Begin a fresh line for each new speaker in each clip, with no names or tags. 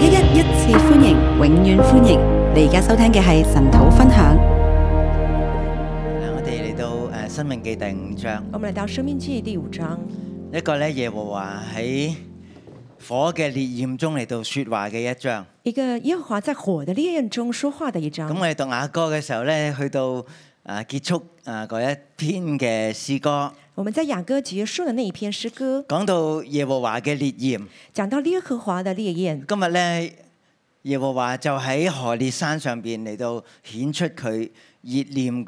一一一次歡迎，永遠歡迎！你而家收聽嘅係神土分享。
嗱，我哋嚟到誒《申命記》第五章，
我们来到《生命记》第五章，
一個咧耶和華喺火嘅烈焰中嚟到説話嘅一章。
一个耶和华在火的烈焰中说话的一
咁
章。
我哋讀雅歌嘅時候咧，去到啊結束啊嗰一篇嘅詩歌，
我们在雅歌结束的那一篇诗歌，
講到耶和華嘅烈焰。
讲到耶和华的烈焰。
今日咧，耶和華就喺何烈山上邊嚟到顯出佢熱焰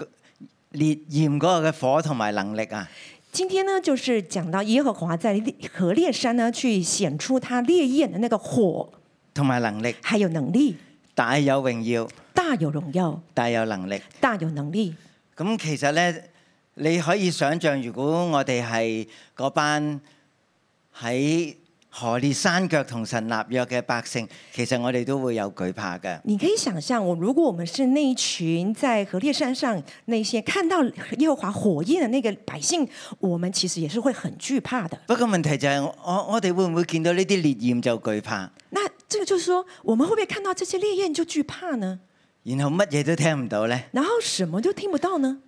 烈焰嗰個嘅火同埋能力啊！
今天呢，就是讲到耶和华在烈和烈山呢，去显出他烈焰的那个火，
同埋能力，
还有能力，
大有榮耀，
大有荣耀，
大有能力。
大有能力。
咁其實咧，你可以想象，如果我哋係嗰班喺何烈山腳同神立約嘅百姓，其實我哋都會有懼怕嘅。
你可以想象，我如果我们是那一群在和烈山上那些看到耶和华火焰的那个百姓，我们其实也是会很惧怕的。
不過問題就係、我我哋會唔會見到呢啲烈焰就懼怕，
那这个就是说，我们会不会看到这些烈焰就惧怕呢？
然後乜嘢都聽唔到呢？
然后什么都听不到呢？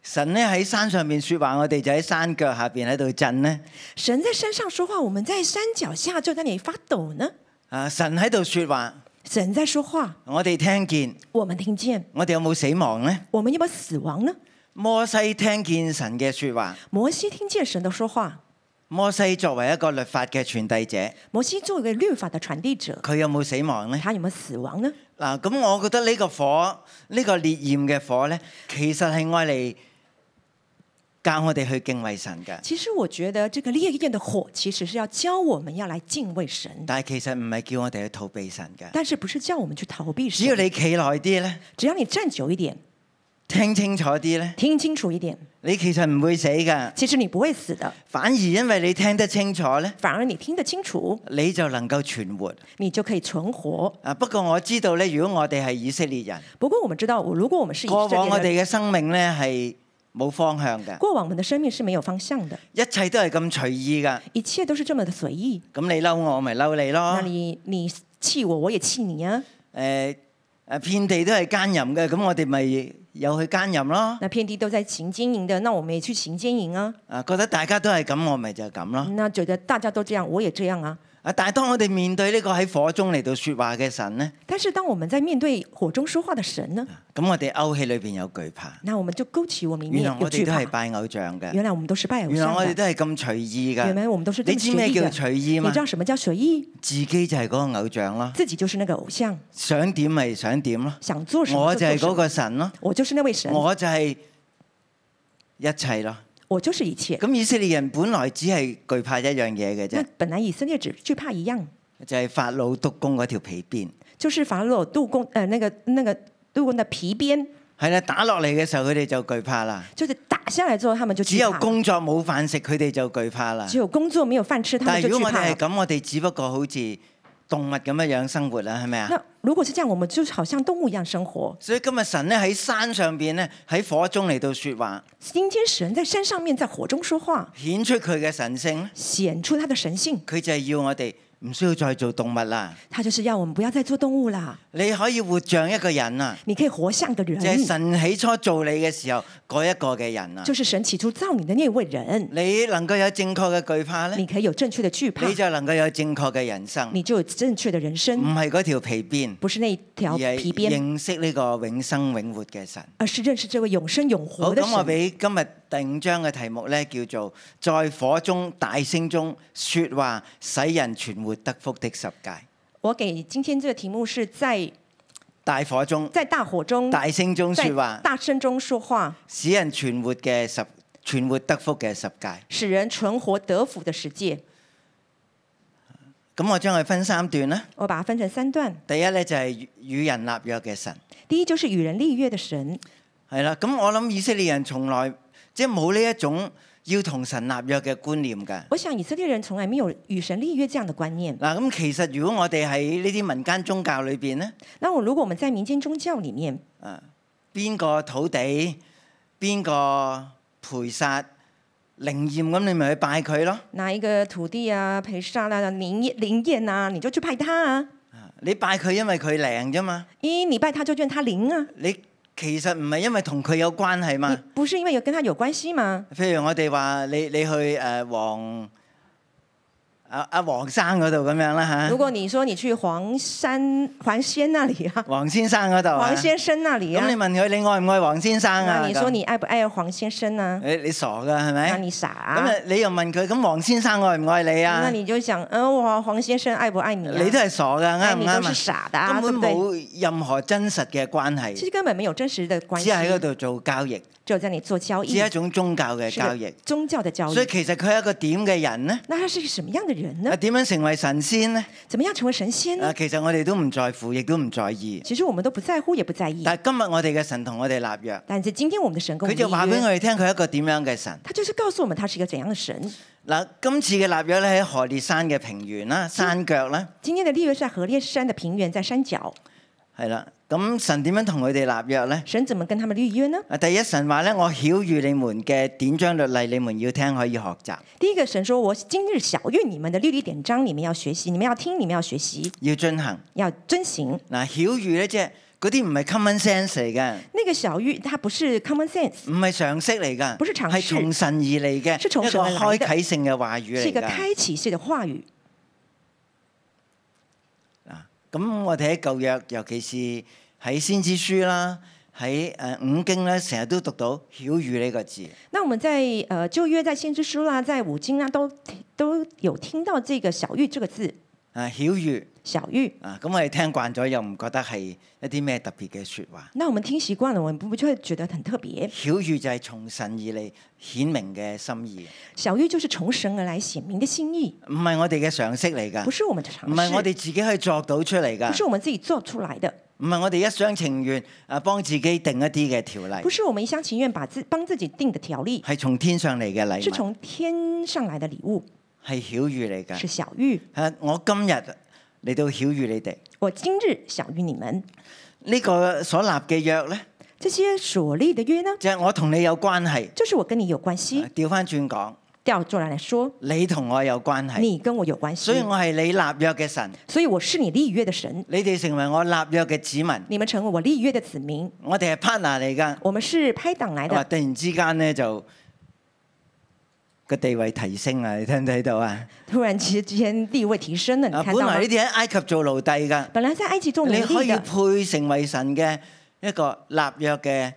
神咧喺山上面説話，我哋就喺山腳下邊喺度震呢。
神在山上说话，我们在山脚下就在那里发抖呢。
啊，神喺度説話，
神在说话，
我哋聽見，
我们听见，
我哋有冇死亡呢？
我们有没有死亡呢？
摩西聽見神嘅説話，
摩西听见神的说话，
摩西作為一個律法嘅傳遞者。
摩西作为律法的传递者，
佢有冇死亡呢？
他有没有死亡呢？
嗱，咁我覺得呢個火，呢、個烈焰嘅火呢，其實係愛嚟教我哋去敬畏神嘅。
其实我觉得这个烈焰的火，其实是要教我们要来敬畏神，
但係其實唔係叫我哋去逃避神嘅。
但是不是叫我们去逃避
只要
神？
你企耐啲呢，
只要你站久一點，
聽清楚啲呢，
听清楚一點，
你其實唔會死噶。
其實你不会死的，
反而因為你聽得清楚呢，
反而你聽得清楚，
你就能夠存活。
你就可以存活。
啊，不過我知道呢，如果我哋係以色列人，
不过我们知道，我如果我们是以
過
色
往我
列人，
哋嘅生命呢係冇方向嘅，
过往我们的生命是没有方向的，
一切都係咁隨意噶。
一切都是这么的隨意。
咁你嬲我，咪嬲你咯
那。你你气我，我也气你啊。
誒誒呃遍地都係奸淫嘅，咁我哋咪有去奸淫咯。
那遍地都在行奸淫的，那我们也去行奸淫啊。
啊，覺得大家都係咁，我咪就係咁咯。
那觉得大家都这樣，我也这樣啊。
啊，但係當我哋面對呢個喺火中嚟到説話嘅神呢，
但是当我们在面對火中说話的神呢，
咁我哋勾起裏邊有懼怕。
那我们就勾起我们一
原
面
來
有
我哋
惧
都係
怕。
拜偶像嘅，
原來我们都是拜偶
原來
像
我哋
的，
都係咁隨意
原
嘅。
來我们都是這
你
麼
知
隨
咩
意
叫
的。
隨意
你
嘛
知？道什麼叫隨意？
自己就係嗰個偶像咯，
自己就是那個偶像，
想點咪想點咯。
想做什
我
麼
就
做
係
什
嗰
麼。
個神咯，
我就是那位神，
我就係一切咯。
我就是一切。
咁以色列人本來只係懼怕一樣嘢嘅啫
那。本來以色列只惧怕一樣。
就係法老督工嗰條皮鞭，
就是法老杜工，呃，那个那个杜工的皮鞭，
係啦，打落嚟嘅時候佢哋就懼怕啦。
就是打下来之后，他们就
只
惧
有
怕了。
工作冇飯食，佢哋就懼怕啦
只。有工作没有饭吃，他
但
们
係
就
如
惧
果我
怕
哋係
了。
咁，我哋只不過好似動物咁樣樣生活啦，係咪啊？
那如果是這樣，我们就好像動物一樣生活。
所以今日神咧喺山上邊咧喺火中嚟到説話，
今天神在山上面，在火中说話，
顯出佢嘅神性。
顯出他的神性。
佢就係要我哋唔需要再做動物啦，
他就是要我們不要再做動物啦，
你可以活像一個人啊，
你可以活像個人，
就係神起初做你嘅時候嗰一個嘅人啊。
就是神起初造你的那位人，
你能夠有正確嘅懼怕咧
你，可以有正確的惧怕
你，就嗯能夠有正確嘅人生。
你就有正確的人
唔
生，
係嗰條皮鞭，
不是那一條
而係
皮鞭，
認識呢個永生永活嘅神。
而是認識這位永生永活
好，
的
咁我
神。
俾今日第五章嘅題目呢，叫做在火中大聲中説話，使人存活得福的十戒。
我給今天這個題目是在
大火中嗯
在大火中，
大聲中
在
説話，
大聲中说話，
使人存活嘅十存活得福嘅十戒。
使人存活得福的世界。
咁我將佢分三段啦。
我把它分成三段，
第一呢，就係與與人立約嘅神，
第一就是與人立約的神。
係啦。咁我諗以色列人從來即係冇呢一種要同神立約嘅觀念㗎。
我想以色列人從來沒有與神立約這樣的觀念。
嗱，咁其實如果我哋喺呢啲民間宗教裏邊咧，
那我如果我們在民間宗教裡面，
邊個土地，邊個陪殺靈驗，咁你咪去拜佢咯。
拿一個土地啊、陪沙拉啊、靈驗靈驗啊，你就去拜他啊。
啊你拜佢因為佢靈啫嘛，
因你拜他就觉得他灵啊，
你其實唔係因為同佢有關係
你
嘛。
不是因为有跟他有关系吗？
譬如我哋話你你去誒、呃黃阿阿黃生嗰度咁樣啦嚇，
如果你说你去黄山黄仙那里啊，
黃先生嗰度啊
黄，先生那里啊
咁你，問佢你愛唔愛黃先生啊？
那你
咁
说你爱不爱黄先生啊？
你你傻噶係
那
咪？
你傻啊、
咁啊你又問佢咁黃先生愛唔愛你
那
啊？
你就想，嗯、我黄先生爱不爱你、啊？
你都係傻噶
哎
啱唔
你都是
啱
傻的、
啊？
啊，
根本
对不对？
冇任何真實嘅關
其
係，
实根本没有真实的关
只
系，
係喺嗰度做交易，
只有在你做交
只
易，
係一種宗教嘅
是
交
个
易。
宗教的交
所以
易。嗯
其實佢係一個點嘅人呢？
那他是个什么样的人
啊
呢？
點樣成為神仙呢？
怎么样成为神仙
啊，
呢？
其實我哋都唔在乎，亦都唔在意。
其实我们都不在乎，也不在意。
但係今日我哋嘅神同我哋立約，
但是今天我们的神跟
佢
我
就話
们
俾
立
我
约，
哋聽，佢係一個點樣嘅神。
他就是告诉我们他是一个怎样的神。
嗱，今次嘅立約咧喺何烈山嘅平原
嗯
啦、山腳啦，
今天的立约是在河烈山的平原，在山脚，
係啦。咁神點樣同佢哋立約呢？
神怎么跟他们立约呢？
啊，第一神話咧，我曉喻你們嘅典章律例，你們要聽可以學習，
第一个神说：“我今日晓谕你们的律例典章，你们要学习，你们要听，你们要学习，
要遵行。
要遵行。
嗱，曉喻咧即係嗰啲唔係 common sense 嚟嘅，”
那个小玉，它不是 common sense，
唔係常識嚟㗎，
不是常識
係從神而嚟嘅，
是從
一
神
個
而來
開
的
啟性嘅話語
是一
嚟
个
㗎。
开启式的话语。
咁我哋喺舊約，尤其是喺先知書啦，喺誒五經咧，成日都讀到曉喻呢個字。
那我们在呃旧约、在先知书啦、在五经啊，都都有听到这个“小玉”这个字。
啊，曉喻
小玉，
啊，咁我哋聽慣咗又唔覺得係一啲咩特別嘅説話。
那我们听习慣了，我们不就会觉得很特别？
曉喻就係從神而嚟顯明嘅心意，
小玉就是从神而来显明的心意，
唔係我哋嘅常識嚟㗎，
不是我们的常
唔啊係我啊
识，
哋自己可以作到出嚟
不是
㗎，
我们自己做出来的，
唔係我哋一廂情願啊幫自己定一啲嘅條例
不，是我们一厢情愿把自帮自己定的条例，
係從天上嚟嘅
是
禮物，
从天上来的礼物，
係曉喻嚟㗎。
是小玉。
啊，我今日嚟到曉喻你哋。
我今日小于你们，
呢個所立嘅約呢，
这些所立的约呢，
就係我同你有關係。啊
就是我跟你有关系。
調翻轉講，
调出来来说，
你同我有關係，
你跟我有关系
哎所以，我係你立約嘅神，
所以我是你立约的神，
你哋成為我立約嘅子民，
你们成为我立约的子民，
我哋係 partner 嚟㗎。
我们是拍档来
哇！
的。
突然之間呢，就個地位提升啊！你聽唔睇到啊？
突然之間地位提升了，你
啊，
看
本
到吗
來呢？啲喺埃及做奴隸㗎，
本来在埃及做奴
你可
隶
以
的，
配成為神嘅一個立約嘅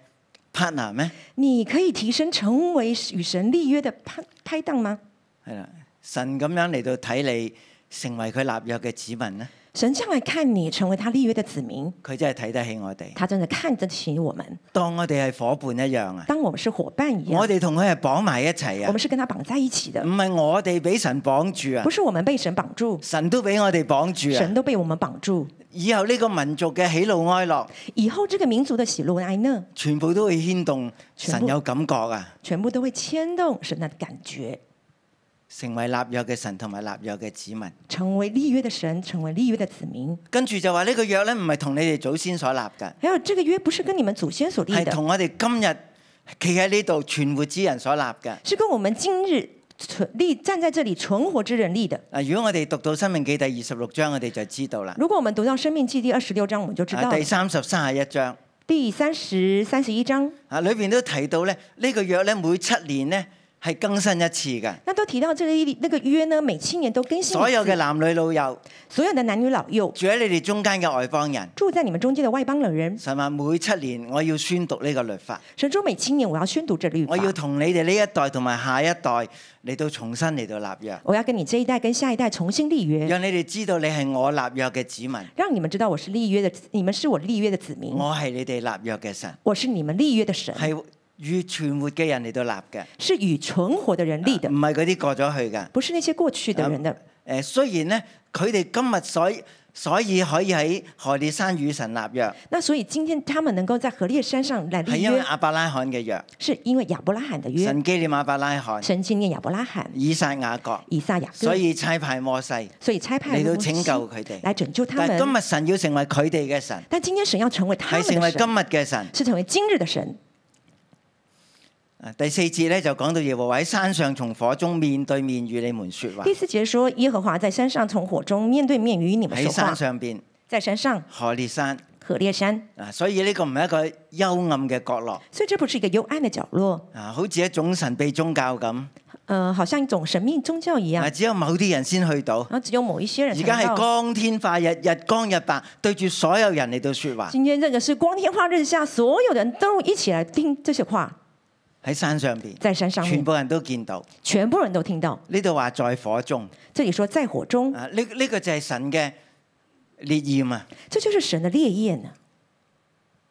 partner 咩？
你可以提升成为与神立约的拍拍档吗？
係啦，神咁樣嚟到睇你成為佢立約嘅子民呢，
神这样来看你，成为他立约的子民，
佢真係睇得起我哋。
他真的看得起我们。
當我哋係伙伴一樣啊！
当我们是伙伴一样
我，嗯哋同佢係綁埋一齊
我
啊！
们是跟他綁在一起的
唔，係我哋俾神綁住啊
不！是我们被神綁住，
神都俾我哋綁住
神
啊！
都被我们綁住。
以後呢個民族嘅喜怒哀樂，
以后这個民族的喜怒哀乐，
全部都會牽動
全
神
部
有感覺啊！
全部都會牽動神的感覺，
成為立約嘅神同埋立約嘅子民。
成為立約的神，成為立約的子民。
跟住就話呢個約呢，唔係同你哋祖先所立嘅，
还有这個約不是跟你们祖先所立
係
的，
同我哋今日企喺呢度存活之人所立嘅。
是跟我们今日存立站在这里存活之人立的。
啊嗱，如果我哋讀到《生命記》第二十六章，我哋就知道啦。
如果我们讀到《生命記》第二十六章，我们就知
啊
道
第三十三十一章。
第三十三十一章，
啊，裏邊都提到咧，呢、個約咧每七年咧係更新一次嘅，
那都提到这个那个約呢，每七年都更新一次。
所有嘅男女老幼
所有的男女老幼
住喺你哋中間嘅外邦人，
住在你们中间的外邦人，
神話每七年我要宣讀呢個律法，
神说每七年我要宣讀这律法
我，要同你哋呢一代同埋下一代嚟到重新嚟到立約，
我要跟你这一代跟下一代重新立约，
讓你哋知道你係我立約嘅子民，
让你们知道我是立约的，你们是我立约的子民，
我係你哋立約嘅神，
我是你们立约的神，
係與存活嘅人嚟到立嘅，
是与存活的人立的
唔，係嗰啲過咗去嘅。
不是那些过去的人的。
誒，雖然咧佢哋今日所所以可以喺何烈山與神立約，
那所以今天他们能够在何烈山上来
係
立
因為
约，
亞伯拉罕嘅約。
是因为亚伯拉罕的约，
啊神紀念亞伯拉罕、
神纪念亚伯拉罕、
以撒、雅各，
以撒、雅各，
所以差派摩西
所以差派
嚟到
摩西
拯救佢哋。
来拯救他
但係今
们。
日神要成為佢哋嘅神，
但今天神要成为他
係
们
成
的
為今
神，
日嘅神。
是成为今日的神。
啊第四節咧就講到耶和華喺山上從火中面對面與你們説話
第，四节说，耶和华在山上从火中面对面与你们
喺
说话
山，上邊
在山上
何烈山
何烈山，
啊，所以呢個唔係一個幽暗嘅角落
所以这不是一个幽暗的角落，
啊，好似一種神秘宗教咁
呃，好像一种神秘宗教一样
啊，，只有某啲人先去到。
然后只有某一些人
而
才
家
能
係
到。
光天化日，日光日白，對住所有人嚟到説話。
今天这个是光天化日下，所有人都一起来听这些话，
喺山上邊，
在山上
全
面，
部人都見到。
全部人都听到。
呢度話在火中
这里说在火中，
啊，呢、呢個就係神嘅烈焰啊！
这就是神的烈焰啊，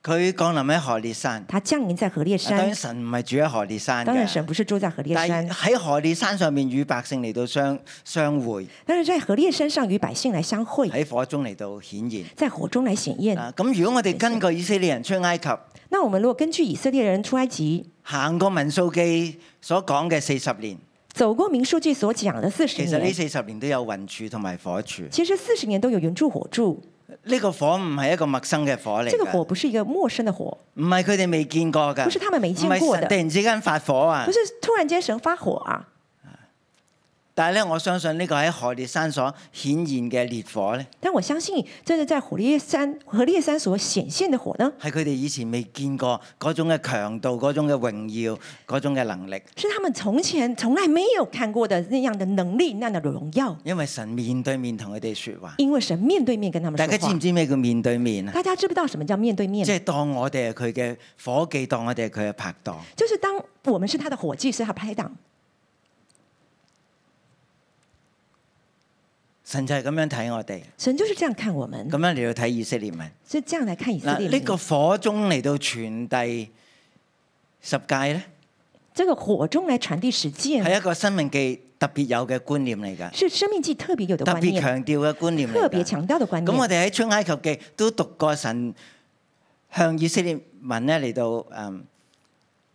佢降臨喺何烈山。
它降临在何烈
啊當
山
然。神唔係住喺何烈山
当然，
嘅，
神不是住在何烈
但
山
係，喺何烈山上面與百姓嚟到相相會，
但是在何烈山上与百姓来相会，
喺火中嚟到顯現。
在火中来显现。
哎啊，咁如果我哋根據以色列人出埃及，
那我们如果根据以色列人出埃及，
行過民數記所講嘅四十年，
走過民數記所講的四十
其實呢
年，
四十年都有雲柱同埋火柱。
其實四十年都有云柱火柱，
呢個火唔係一個陌生嘅火嚟
這個火
㗎，
不是一個陌生的火，
唔係佢哋未見過㗎，
不是他們沒見
唔係
過
神
的
突然之間發火啊
不！是突然間神發火啊。
但係咧，我相信呢個喺何烈山所顯現嘅烈火咧，
但我相信，这是在火烈山和烈山所顯現的火呢，
係佢哋以前未見過嗰種嘅強度、嗰種嘅榮耀、嗰種嘅能力。
是他們從前從來沒有看過的那樣的能力、那樣的榮耀，
因為神面對面同佢哋説話。
因為神面對面跟他們
大家
說
知唔
話。
知咩叫面對面啊？
大家知不知道什麼叫面對面
即？係當我哋係佢嘅伙計，當我哋係佢嘅拍檔。
就是當我們是他的伙計，是他拍檔，
神就係咁樣睇我哋，
神就是這樣看我們
咁，樣嚟到睇以色列民。
是這樣來嗯看以色
嗱，
列
呢個
人。
火中嚟到傳遞十戒呢，
這個火中來傳遞實踐。
係一個生命記特別有嘅觀念嚟㗎，
是《生命記》特別有的
特
觀
別
念，
強調嘅觀念嚟
特別
㗎。
強調的觀
咁我
念。
哋喺出埃及記都讀過神向以色列民咧嚟到嗯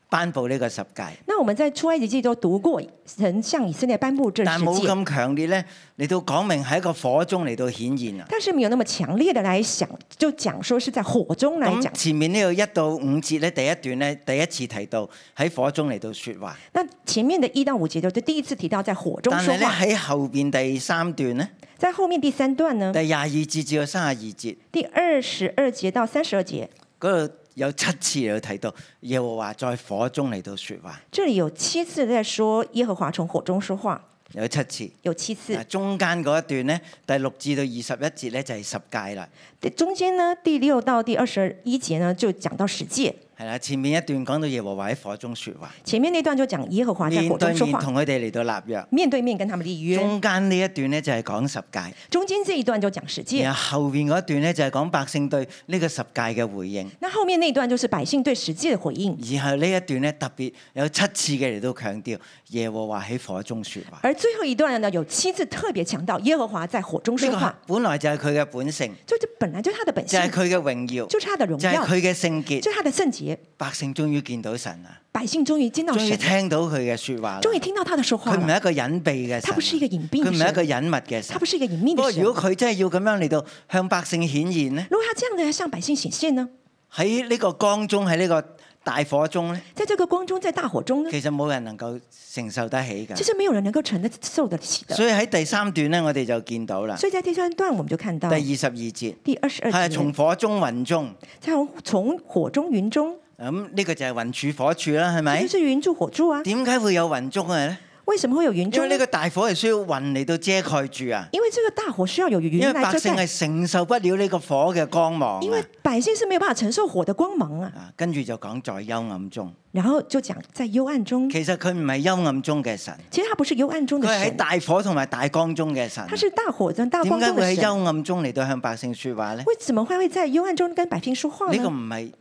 頒布呢個十戒。
那我們在出埃及記都讀過，神向以色列頒布這
但
世
冇
界，
咁強烈咧，嚟到講明喺一個火中嚟到顯現啊。
但是沒有那麼強烈的來想，就講說是在火中來
咁
講。
前面呢度一到五節咧，第一段咧第一次提到喺火中嚟到説話，
那前面的一到五節就就第一次提到在火中
但
說
係咧
話，
喺後邊第三段咧，
在後面第三段呢
第，廿二節至到三十二節
第二十二節到三十二節，
嗰度有七次嚟到提到耶和華在火中嚟到説話，
這裡有七次在說耶和華從火中說話，
有七次。
有七次
嗱，。中間嗰一段咧，第六至到二十一節咧就係十戒啦，
第中間呢，第六到第二十一節呢，就講到十戒。
係啦。前面一段講到耶和華喺火中説話，
前面那段就講耶和華在
面
火中
對
說
面
話，
同佢哋嚟到立約。
面對面跟他們立約。
中間呢一段咧就係講十戒。
中间这一段就讲十诫，
然後後邊嗰一段咧就係講百姓對呢個十戒嘅回應，
那後面那一段就是百姓對十诫的回應，
然後呢一段咧特別有七次嘅嚟到強調耶和華喺火中説話。
而最後一段呢有七次特別強調耶和華在火中
呢
說
個係
話，
本來就係佢嘅本性，
就這本來就是他的本
就
性
係，佢嘅榮耀，就
就是他的榮
係
耀，
佢嘅聖潔。
就是他的聖潔。
百姓終於見到神啦，
百姓終於見到
終於
神，
聽到佢嘅説話啦。
終於聽到他的說話
佢唔
了。
係一個隱蔽嘅神，啊
他不是一個隱蔽
佢唔
嘅
係一
神
個隱密嘅神
他不。是一個隱秘
不過
的神。
如果佢真係要咁樣嚟到向百姓顯現咧，
如果他這樣的向百姓顯現呢，
喺呢個光中，喺呢個大火中咧，
在這個光中，在大火中呢，
其實冇人能夠承受得起㗎
嗯其。實沒有人能夠承得受得起的。
所以喺第三段咧，我哋就見到啦。
所以在第三段我們就看到
第二十二節
第二十二
係從
節，
火中雲中，
從從火中雲中，
咁呢個就係雲柱火柱啦，係
這
咪
就？是雲柱火柱啊。
點解會有雲中嘅咧？
為什麼會有雲
因
中
為
呢
呢？個大火係需要雲嚟到遮蓋住啊，
因為這個大火需要有
因為
雲來遮
百姓
蓋，
係承受不了呢個火嘅光芒
因為
啊。
百姓是沒有辦法承受火的光芒啊。
啊跟住就講在幽暗中，
然後就講在幽暗中，
其實佢唔係幽暗中嘅神，
其實他不是幽暗中
佢
的
係喺
神，
大火同埋大光中嘅神。
他是大火中大
點
光
解
中的
會喺
神。
幽暗中嚟到向百姓説話咧？
為什麼會會在幽暗中跟百姓說話
呢個
呢？
唔係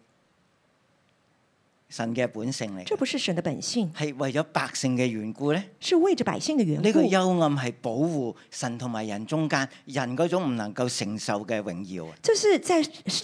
神嘅本性嚟
這，不是神的本性，
係為咗百姓嘅緣故咧。
是為着百姓的緣
呢個
故。
幽暗係保護神同埋人中間人嗰種唔能夠承受嘅榮耀啊！
這是在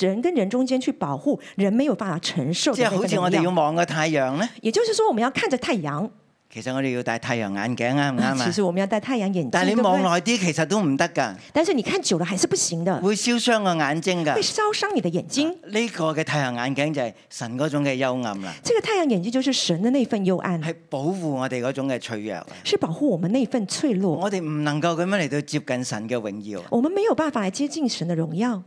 人跟人中間去保護人沒有辦法承受
即
的
係
那個
好似我哋
能
要
量。
望個太陽咧，
也就是說，我們要看着太陽，
其實我哋要戴太陽眼鏡啱唔
嗯其
啱啊？
實我們要戴太陽眼鏡，
但係
對
你
不
望
對？
耐啲，其實都唔得㗎，
但是你看久了還是不行的，
會燒傷個眼睛
會
㗎。
燒傷你的眼睛。
呢個嘅太陽眼鏡就係神嗰種嘅幽暗啦，
這個太陽眼睛就是神的那份幽暗，
係保護我哋嗰種嘅脆弱啊！
是保護我們那份脆弱。
哦我哋唔能夠咁樣嚟到接近神嘅榮耀啊。
我們沒有辦法來接近神的榮耀，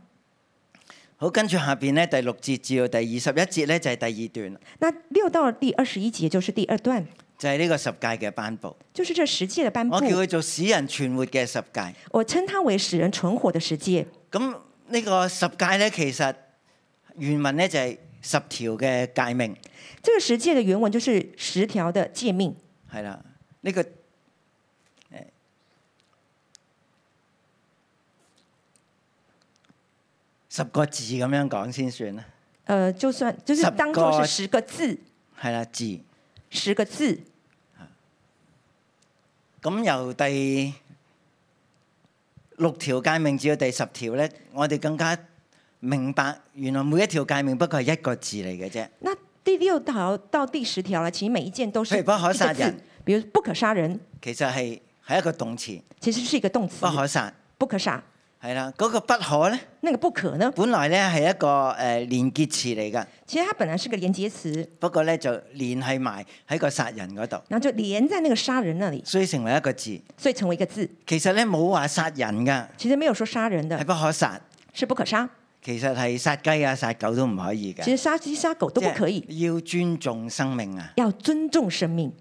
好，跟住下邊咧第六節至到第二十一節咧就係第二段，
那六到第二十一节就是第二段，
就係呢個十誡嘅頒布。
就是这十诫的颁布
哦我，叫佢做使人存活嘅十誡。
我称它为使人存活的十诫。
咁呢個十戒咧，其實原文咧就係十條嘅戒命，
这个十诫的原文就是十条的诫命，
係啦。呢、個誒十個字咁樣講先算啦，
呃，就算就是
十个
当做是十个字，
係啦字。
十个字。
咁由第六條戒命至到第十條咧，我哋更加明白原來每一條戒命不過係一個字嚟嘅啫。
那第六条到第十条了，其实每一件都是
譬如不可
一
杀
个字
人，
比如不可杀人，
其實係係一個動詞，
其实是一个动词
不，可殺
不可杀。
係啦。嗰、個不可咧，
那个不可呢，
本來咧係一個誒、呃、連結詞嚟㗎，
其实它本来是个连接词，
不過咧就連係埋喺個殺人嗰度，
然后就连在那个杀人那里，
所以成為一個字。
所以成为一个字。
其實咧冇話殺人㗎，
其实没有说杀人
係
的，
不可殺。
是不可杀。
其實係殺雞啊、殺狗都唔可以㗎，
其实杀鸡杀狗都不可以，
即係要尊重生命啊。
要尊重生命。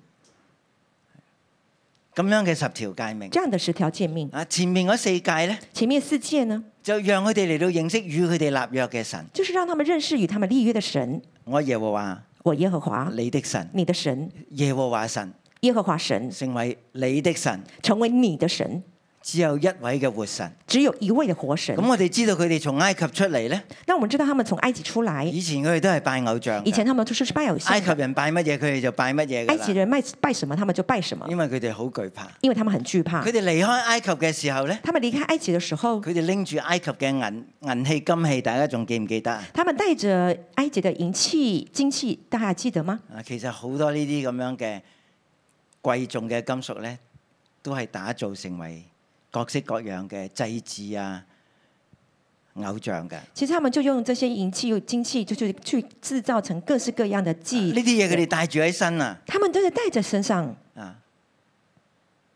咁樣嘅十條戒命
这样的十条诫命，
啊，前面嗰四戒咧，
前面四诫呢，
就讓佢哋嚟到認識與佢哋立約嘅神。
就是让他们认识与他们立约的神，
我耶和華
我耶和华，
你的神，
你的神，
耶和華神
耶和华神
成為你的神，
成为你的神，
只有一位嘅活神。
只有一位的活神
咁。我哋知道佢哋從埃及出嚟咧，
那我们知道他们从埃及出来，
以前佢哋都係拜偶像㗎。
以前他们就是拜偶像
嗯埃，及人拜乜嘢，佢哋就拜乜嘢
埃
㗎
及
啦。
人拜拜什么，他们就拜什么，
因為佢哋好懼怕。
因为他们很惧怕
佢。哋離開埃及嘅時候咧，
他们离开埃及的时候，
佢哋拎住埃及嘅銀銀器、金器，大家仲記唔記得啊？
他们带着埃及的银器、金器，大家还记得吗？
啊，其實好多呢啲咁樣嘅貴重嘅金屬咧，都係打造成為各式各樣嘅祭祀啊、偶像嘅。呢
其实他们就用这些银器、金器，就是去制造成各式各样的祭
啲。嘢佢哋帶住喺身啊！
他们都是带在身上。
啊，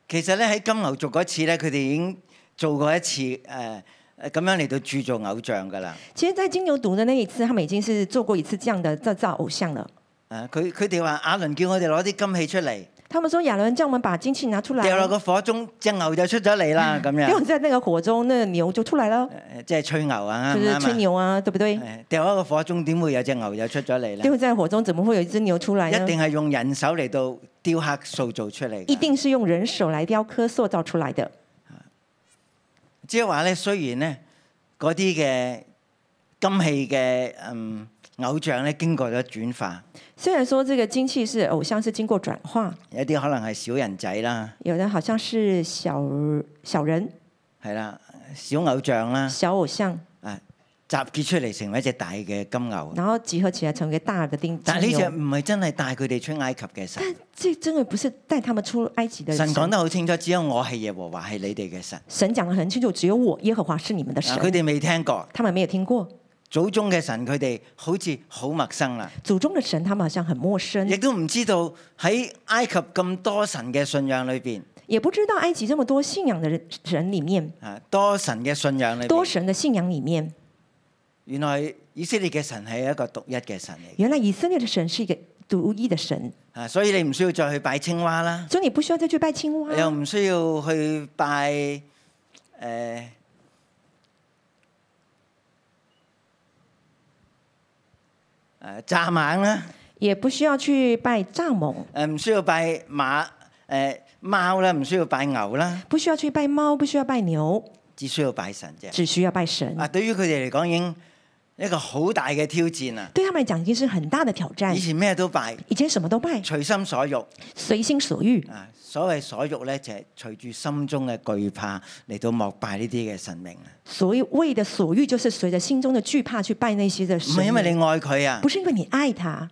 其實咧喺金牛族嗰次咧，佢哋已經做過一次誒誒咁樣嚟到鑄造偶像㗎啦。
其实，在金牛犊的那一次，他们已经是做过一次这样的造造偶像了。
誒佢佢哋話亞倫叫我哋攞啲金器出嚟，
他们说：“亚伦叫我们把金器拿出来，
掉落
结
個火中，只牛就出咗嚟啦咁
果
樣。
在那个火中，那牛就出来了，
誒即係吹牛啊，
就
啱唔
是吹
啱啊？
牛啊，对不对？
誒掉喺個火中，點會有隻牛就出咗嚟
结
咧？
果在火中怎么会有一只牛出来呢
一？定係用人手嚟到雕刻塑造出嚟㗎。
一定是用人手来雕刻塑造出来的。
即係話咧，雖然咧嗰啲嘅金器嘅嗯偶像咧經過咗轉化，
虽然说这个金器是偶像是经过转化，
有啲可能係小人仔啦。
有的好像是小小人、
係啦，小偶像啦，
小偶像，
啊，集結出嚟成為一隻大嘅金牛。
然后集合起来成为大的丁
但
金
係呢只唔
牛。
係真係帶佢哋出埃及嘅神。
但这真的不是带他们出埃及的
神講得好清楚，只有我係耶和華，係你哋嘅神。
神讲得很清楚，只有我耶和华是你们的
嗱
神。
佢哋未聽過
他们没有听过
祖宗嘅神，佢哋好似好陌生啦，
祖宗的神，他们好像很陌生
亦，都唔知道喺埃及咁多神嘅信仰裏邊，
也不知道埃及这么多信仰的人人里面，
啊，多神嘅信仰裏
多
邊，
神的信仰里面，
原來以色列嘅神係一個獨一嘅神嚟嘅。
原来以色列的神是一个独一的神，
啊，所以你唔需要再去拜青蛙啦。
所以你不需要再去拜青蛙，
又唔需要去拜誒、呃誒蚱蜢啦，
也不需要去拜蚱蜢，
誒唔需要拜馬誒、呃貓啦，唔需要拜牛啦，
不需要去拜猫，不需要拜牛，
只需要拜神啫。
只需要拜神。
啊，對於佢哋嚟講已經一個好大嘅挑戰啊！
对他们来讲已经是很大的挑战
以。前咩都拜，
以前什么都拜，
隨心所欲
随心所欲。
啊！所謂所欲咧，就係、隨住心中嘅懼怕嚟到膜拜呢啲嘅神明啊！
所谓的所欲，就是随着心中的惧怕去拜那些的
唔
神
係因為
明
你愛佢啊
不，是因为你爱他，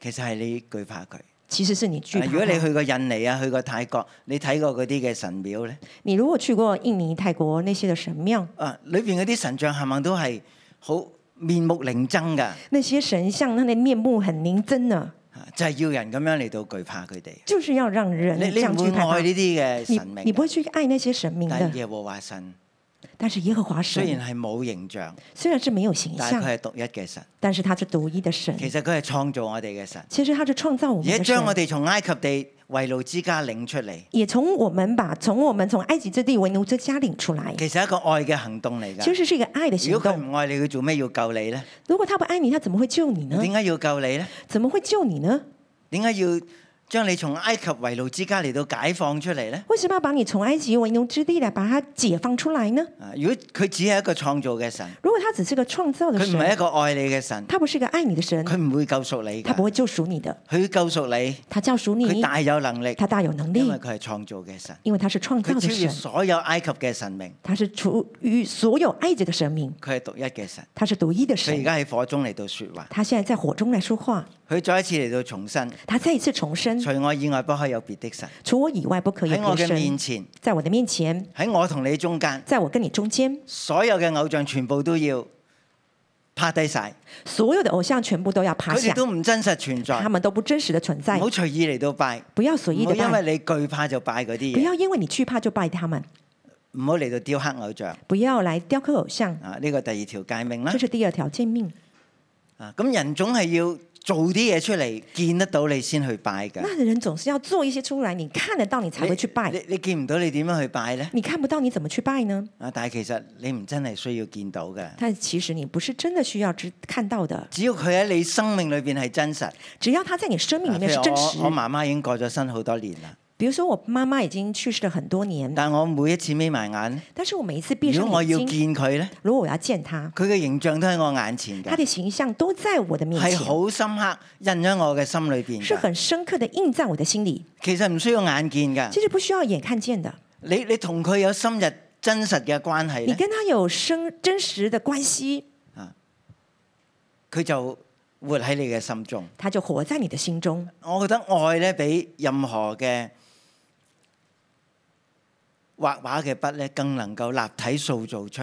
其實係你懼怕佢。
其实是你惧
啊
怕他。
如果你去過印尼啊，去過泰國，你睇過嗰啲嘅神廟咧，
你如果去過印尼、泰國那些的神廟，
啊，裏邊嗰啲神像冚唪唥都係好面目狰狰噶，
那些神像，他的面目很凝真呢，
啊就係、要人咁樣嚟到懼怕佢哋。
就是要让人
你
这
你
樣
唔
去
會
害怕
愛呢啲嘅
你
神
你
明，
不會去愛那些神明
但係
的，
耶和華神
但是耶和华神
雖然係冇形象，
虽然是没有形
但係
象，
佢係獨一嘅神。
但是他是独一的神。
其實佢係創造我哋嘅神，
其实他是创造我
而
们
且
的
將我
神，
哋從埃及地為奴之家領出嚟，
也从我们把从我们从埃及之地为奴之家领出来，
其實係一個愛嘅行動嚟
其
㗎。
实是一个爱的行
如果佢
动。
唔愛你，佢做咩要救你呢？
如果他不爱你，他怎么会救你呢？
點解要救你呢？
怎么会救你呢？
點解要將你從埃及為奴之家嚟到解放出嚟呢？
为什么要把你从埃及为奴之地来把它解放出来呢？
啊！如果佢只係一個創造嘅神，
如果他只是个创造的
佢唔係一
神，
個愛你嘅神，
他不是一个爱你的神，
佢唔會救贖你
他不
㗎。
会救赎你的，
佢救贖
他救赎
你，佢
你，
大有能力，
他大有能
因
力
為，佢係創造嘅神，
因为他是创造
佢
的
超越
神，
所有埃及嘅神明，
他是出于所有埃及的神明，
佢係獨一嘅神。
他是独一的
佢而
神。
家喺火中嚟到説話，
他现在在火中来说话，
佢再一次嚟到重申：
他再一次重申：
除我以外不可有別的神。
除我以外嗯不可有
喺我
别
嘅面
神。
前，
在我的面前，
喺我同你中間，
在我跟你中间，
所有嘅偶像全部都要趴低晒，
所有的偶像全部都要趴
佢哋
下，
都唔真實存在
他，们都不真实的存
唔
在
好。隨意嚟到拜，
不要随
唔
意
好
的
因為
拜，
你懼怕就拜嗰啲
不
嘢，
要因为你惧怕就拜他们，
唔好嚟到雕刻偶像
不要来雕刻偶像。
啊！呢個第二條戒命啦
这，是第二条诫命。
啊咁人總係要做啲嘢出嚟，見得到你先去拜㗎。
那人总是要做一些出来，你看得到你才会去
你
拜，
你你見唔到你點樣去拜呢？
你看不到你怎么去拜呢？
啊！但係其實你唔真係需要見到嘅，
但其实你不是真的需要知看到的，
只要佢喺你生命裏邊係真實。
只要他在你生命里面
譬
是真实
如我。我媽媽已經過咗身好多年啦，
比如说我妈妈已经去世了很多年，
但我每一次眯埋眼，
但是我每一次闭
如
上
果我要
眼
見
睛，
佢呢，
如果我要见她，
佢嘅形象都喺我眼前
她
嘅，
的形象都在我的面
係
前，
好深刻印咗我嘅心裏邊
是
㗎。
很深刻的印在我的心里。
其實唔需要眼見㗎，
其实不需要眼看见的，
你你同佢有深入真實嘅關係
你
呢，
跟她有深真实的关系，
佢就活喺你嘅心中。
她就活在你的心中。
我覺得愛咧，比任何嘅畫畫嘅筆咧，更能夠立體塑造出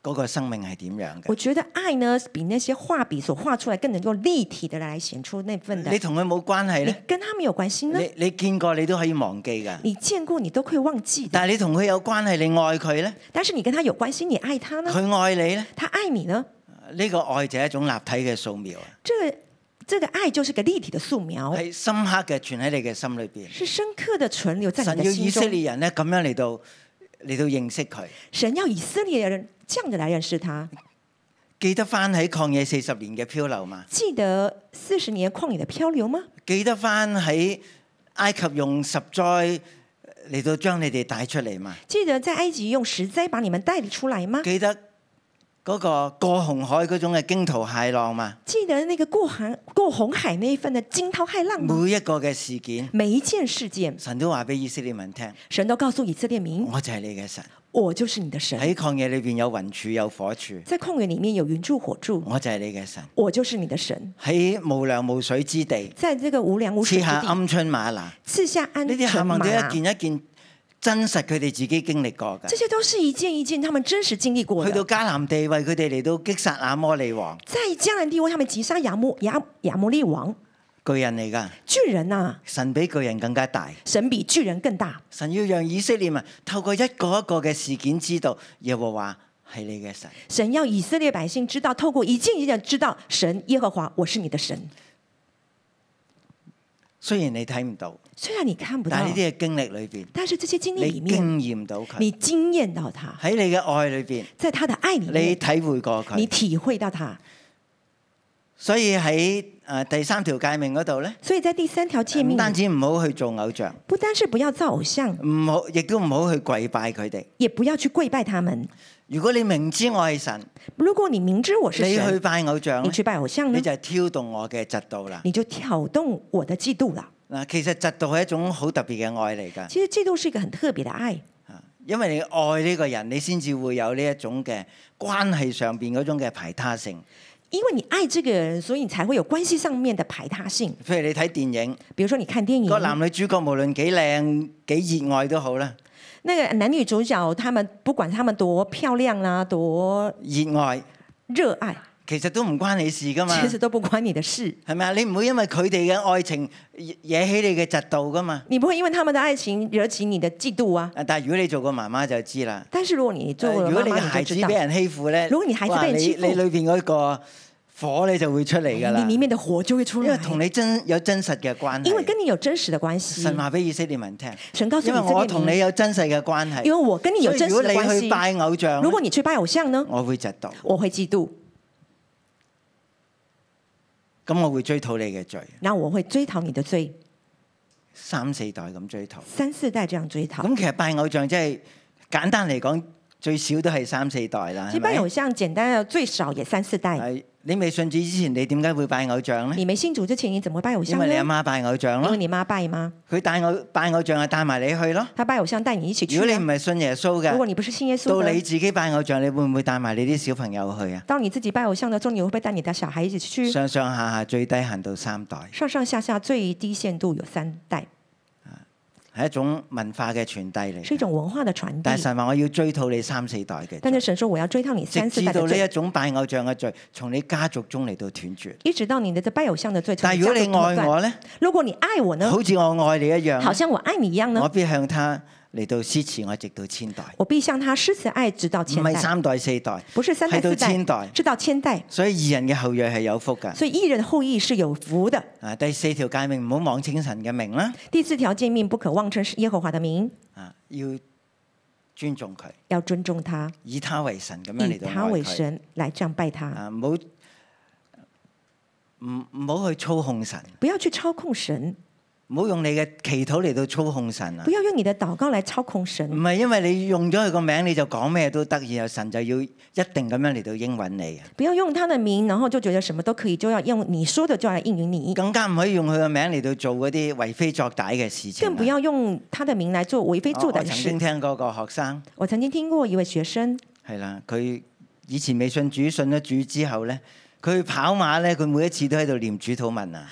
嗰個生命係點樣
我
嘅。
觉得爱呢，比那些画笔所画出来更能够立体的来显出那份的
你。同佢冇關係
你
咧，
跟他们有关系呢？
你你見過你都可以忘記㗎。
你见过你都会忘记的，
但係你同佢有關係，你愛佢咧，
但是你跟他有关系，你爱他呢，
佢愛你咧，
他爱你呢，
呢、個愛就係一種立體嘅素描啊，
这这个爱就是个立体的素描，
係深刻嘅存喺你嘅心裏邊。
是深刻的存留在
神
你
要
的
以
心
色
中。
列人咧咁樣嚟到嚟到認識佢，
神要以色列人这样的来认识他。
記得翻喺曠野四十年嘅漂流嘛，
记得四十年旷野的漂流吗？
記得翻喺埃及用十災嚟到將你哋帶出嚟嘛，
记得在埃及用石灾把你们带出来吗？
記得嗰個過紅海嗰種嘅驚濤駭浪嘛，
记得那个过航过红海那一份的惊涛骇浪吗？
每一個嘅事件，
每一件事件，
神都話俾以色列民聽，
神都告诉以色列民：
我就係你嘅神。
我就是你的神。
喺曠野裏邊有雲柱有火柱，
在旷野里面有云柱火柱，
我就係你嘅神。
我就是你的神。
喺無糧無水之地，
在这个无粮无水
賜
之
下
地，
鵪鶉馬拿，呢
赐下安
啲
全
冚
马
唪唥，都一件一件真實佢哋自己經歷過
这
㗎。
些都是一件一件他们真实经历过
去到
的。
迦南地為佢哋嚟到擊殺亞摩利王
在迦南地为他们击杀亚摩亚亚摩利王
巨人嚟㗎，
巨人呐、
神比巨人更加大。
神比巨人更大。
神要讓以色列民透過一個一個嘅事件知道耶和華係你嘅神。
神要以色列百姓知道，透过一件一件知道，神耶和华，我是你的神。
雖然你睇唔到，
虽然你看不到
但，係呢啲嘅經歷裏邊，
但是这些经历里
你
面，
經驗到佢
你惊艳到他，
喺你嘅愛裏邊，
在他的爱里
你
面，
體會過
你
佢。
体会到他。
所以喺誒第三條界命嗰度咧，
所以在第三条诫
唔
命，
單止唔好去做偶像，
不单是不要造偶像，
唔好亦都唔好去跪拜佢哋。
也不要去跪拜他们。
如果你明知我係神，
如果你明知我是
你去
神，
拜偶像
你
咧，
去拜偶像呢
你就，係挑動我嘅嫉妒啦。
你就挑動我的嫉妒了。
嗱，其實嫉妒係一種好特別嘅愛嚟㗎，
其實嫉妒是一個很特別的愛，
因為你愛呢個人，你先至會有呢一種嘅關係上邊嗰種嘅排他性。
因為你愛這個人，所以你才會有關係上面的排他性。
譬如你睇電影，
比如說你看電
個男
影，
女主角無論幾靚幾熱愛都好啦，
那個男啊女主角他們不管他們多漂亮啦、多
熱愛
熱愛，
其實都唔關你事噶嘛，
其实都不关你的事。
係咪啊？你唔會因為佢哋嘅愛情惹惹起你嘅嫉妒噶嘛？
你不会因为他们的爱情惹起你的嫉妒啊。
啊但係如果你做過媽媽就知啦。
但是如果你做
呃
了
如果
妈
你
妈，
嘅
你
孩
就
子
知道
俾，人欺負咧，
如果你孩子
哇
被人欺
你
負
你裏邊嗰個火咧就會出嚟噶
你
啦
里，面的火就会出
因
来。啊
為同你真有真實嘅關
因为
係。
跟你有真实的关系。
哎神話俾以色列民聽，
神告诉
因為
以色列
我
民
同你有真實嘅關
因
係。
为我跟你有
所以
真
如
实
果
的关
你去
系。
拜偶像
如
咧，
果你去拜偶像呢，
我會嫉妒，
我会嫉妒，
咁我會追討你嘅罪，
那我会追讨你的罪，
三四代咁追討。
三四代这样追讨。
咁其實拜偶像即係簡單嚟講，最少都係三四代啦，
其
係
实拜偶
咪？
像简单的最少也三四代。
係你未信主之前，你點解會拜偶像咧？
你没信主之前，你怎么会拜偶
因
像呢？
為你阿媽拜偶像
因
咯
为，你妈拜吗？
佢帶偶拜偶像係帶埋你去咯。
她拜偶像带你一起去
如果你
啊。
唔係信耶穌
如
嘅，
果你不是信耶稣
到你
的，
自己拜偶像，你會唔會帶埋你啲小朋友去啊？
到你自己拜偶像的时候，你会不会带你的小孩一起去？
上上下下最低限度三代，
上上下下最低限度有三代，
係一種文化嘅傳遞嚟
是一
嘅。
種文化的传递
但。神話我要追討你三四代嘅
但
罪，
是神说我要追讨你三
直
四
至
代的
到呢
罪，
一種拜偶像嘅罪，從你家族中嚟到斷絕。
一直到你的这拜偶像的罪。
但係如果
从
你
家族中
愛
断
我呢，
如果你爱我呢，
好似我愛你一樣
好，像我爱你一样呢
我，必向他嚟到施慈我直到千代，
我必向他施慈爱，直到
唔
千
係
代，
三代四代，
不是三代
係到
四
千代
代，直到千代。
所以二人嘅後裔係有福㗎。
所以艺人的后裔是有福的。
啊，第四條誡命唔好妄稱神嘅名啦，
第四条诫命不可妄称是耶和华的名，
啊，要尊重佢，
要尊重他，
以他為神咁樣
以
嚟到
他
愛
为
佢，
神来这样拜他，
啊，唔好唔唔好去操控神，
不要去操控神，
唔好用你嘅祈禱嚟到操控神啊嗯
不。要用你的祷告来操控
唔
神，
係因為你用咗佢個名你就講咩都得，然後神就要一定咁樣嚟到應允你啊。
不要用他的名，然后就觉得什么都可以，就要用你说的就要来应允你，
更加唔可以用佢個名嚟到做嗰啲為非作歹嘅事情啊。
更不要用他的名来做为非
我
作歹
我
的
曾經
事。
聽過個學生
我曾经听过一位学生，
係啦，佢以前未信主，信咗主之後咧，佢去跑馬咧，佢每一次都喺度念主禱文啊。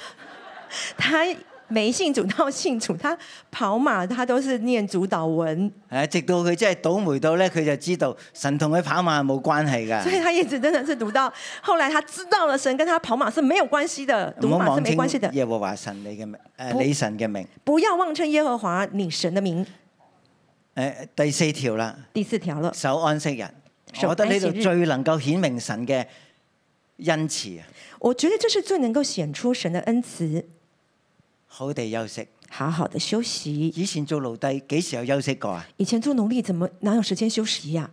他没信主到信主，他跑马他都是念主导文，
誒，啊直到佢真係倒霉到咧，佢就知道神同佢跑馬係冇關係
所以
㗎。
他一直真的是读到后来，他知道了神跟他跑马是没有关系的，
唔
读
好
马是
妄
没关系的
稱。耶和華神你嘅名，誒
不
你神嘅名。
不要妄称耶和华你神的名。
誒呃第四條啦，
第四条了，
守安息日。
守
我覺得呢度
安息日
最能夠顯明神嘅恩慈啊，
我觉得这是最能够显出神的恩慈。
好地休息。
好好的休息。
以前做奴隸幾時有休息過啊？
以前做奴隶怎么哪有时间休息呀、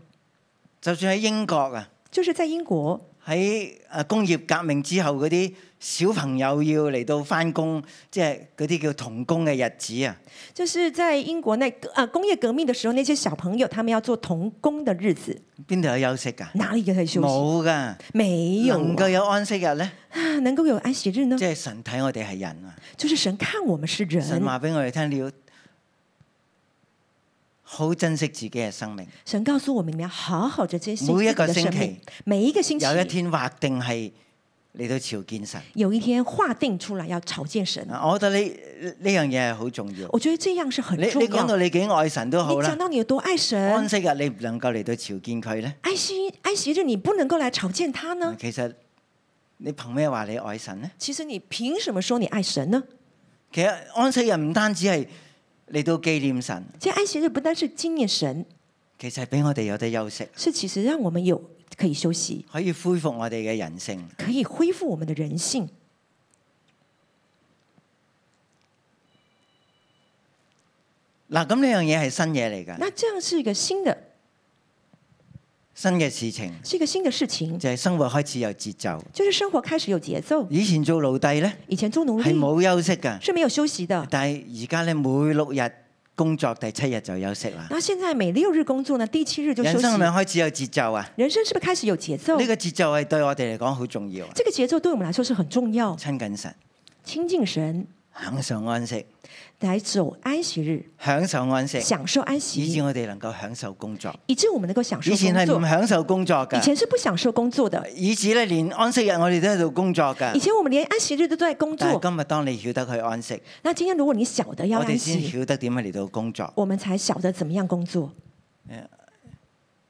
就算喺英國啊。
就是在英国，
喺誒工業革命之後嗰啲小朋友要嚟到翻工，即係嗰啲叫童工嘅日子啊！
就是在英国那呃工业革命的时候，那些小朋友他们要做童工的日子，
邊度有休息㗎？
哪里可以休息？
冇㗎，
没有
能
啊
夠有安息日咧，
啊， 能够有安息日呢
即？係神睇我哋係人啊！
就是神看我们是
神
人，
話俾我哋聽，你要好珍惜自己嘅生命。
神告诉我们，你们要好好的珍惜自
每一
己
个
的生
星期
命。每一个星期，
有一天劃定係嚟到朝見神
有一天划定出来要朝见神。
啊！我覺得呢呢樣嘢係好重要。
我觉得这样是很
你
重
你
要
講。到你幾愛神都好
你
啦
讲，到你有多爱
安
神，
息日你唔能夠嚟到朝見佢咧，
安息安息日你不能够来朝见他呢？
其實你憑咩話你愛神咧？
其实你凭什么说你爱神呢？
其實安息日唔單止係嚟到紀念神，
其实安息日不单是纪念神，
其實係俾我哋有得休息，
是其实让我们有可以休息，
可以恢復我哋嘅人性。
可以恢复我们的人性。
嗱，咁呢樣嘢係新嘢嚟㗎，
那这样是一个新的，
新嘅事情
是一个新的事情，
就係生活開始有節奏。
就是生活开始有节奏。
以前做奴隸呢，
以前做奴
係
隶
冇休息㗎，
是没有休息的，
但係而家呢，每六日工作，第七日就休息啦。
那现在每六日工作呢，第七日就
人
休息
生。係咪開始有節奏啊？
人生是不是开始有节奏
呢？個節奏係對我哋嚟講好重要啊！
这个节奏对我们来说是很重要。
親近神，
亲近神，
享受安息，
来走安息日，
享受安息，
享受安
以
息
致，我哋能夠享受工作。
以致我们能够享受
以前
工
係唔
作。
享受工作
以
㗎。
前是不享受工作的，
以至咧，連安息日我哋都喺度工作㗎。
以前我们连安息日都在工
但
作
係。今日當你曉得去安息，
那今天如果你晓得要
我哋
安
先
息，
曉得點樣嚟到工作。
我们才晓得怎么样工作。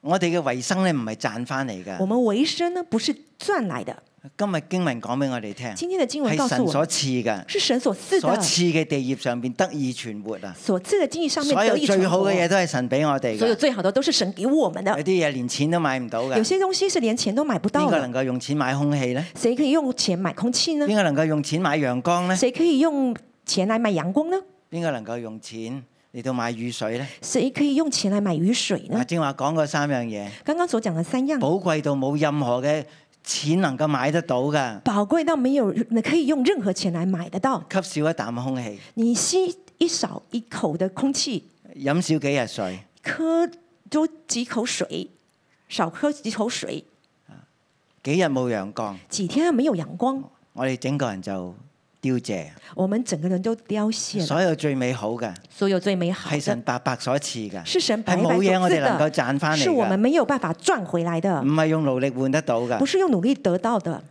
我哋嘅維生咧唔係賺翻嚟㗎
我。们维生呢不是赚来的。
今日經文講俾我哋聽，
今天的经文告
係
诉
神
我
所
们，
賜嘅，
是神所赐
所
的，
賜嘅地業上邊得以存活啊！
所赐的经济上面
所有
得以
最
存
好
活
嘅。嘢都係神俾我哋
所有
嘅，
最好的都是神给我们
有
的
啲，嘢連錢都買唔到
有
嘅。
些東西是连钱都买不
邊
到
個能
的。
夠用錢買空氣呢？
谁可以用钱买空气呢
邊？個能夠用錢買陽光呢？
谁可以用钱来买阳光呢？
邊個能夠用錢嚟到買雨水呢？
谁可以用钱来买雨水
嗱，
呢？
啊正話講嗰三樣嘢，
刚刚所讲的三样，
寶貴到冇任何嘅錢能夠買得到㗎，
宝贵到没有你可以用任何钱来买得到。
吸少一啖空氣，
你吸一少一口的空气，
飲少幾日水，
喝多几口水，少喝几口水，
幾日冇陽光，
几天没有阳光，
我哋整個人就凋謝。
我们整个人都凋谢了。
所有最美好嘅
所有最美好
係
的
神白白所賜嘅，
是神白
係
白所
冇
赐
嘢我哋能夠
的，
賺翻嚟
是我们
嘅，
没有办法赚回来的
唔。係用勞力換得到
不
嘅。
是用努力得到的。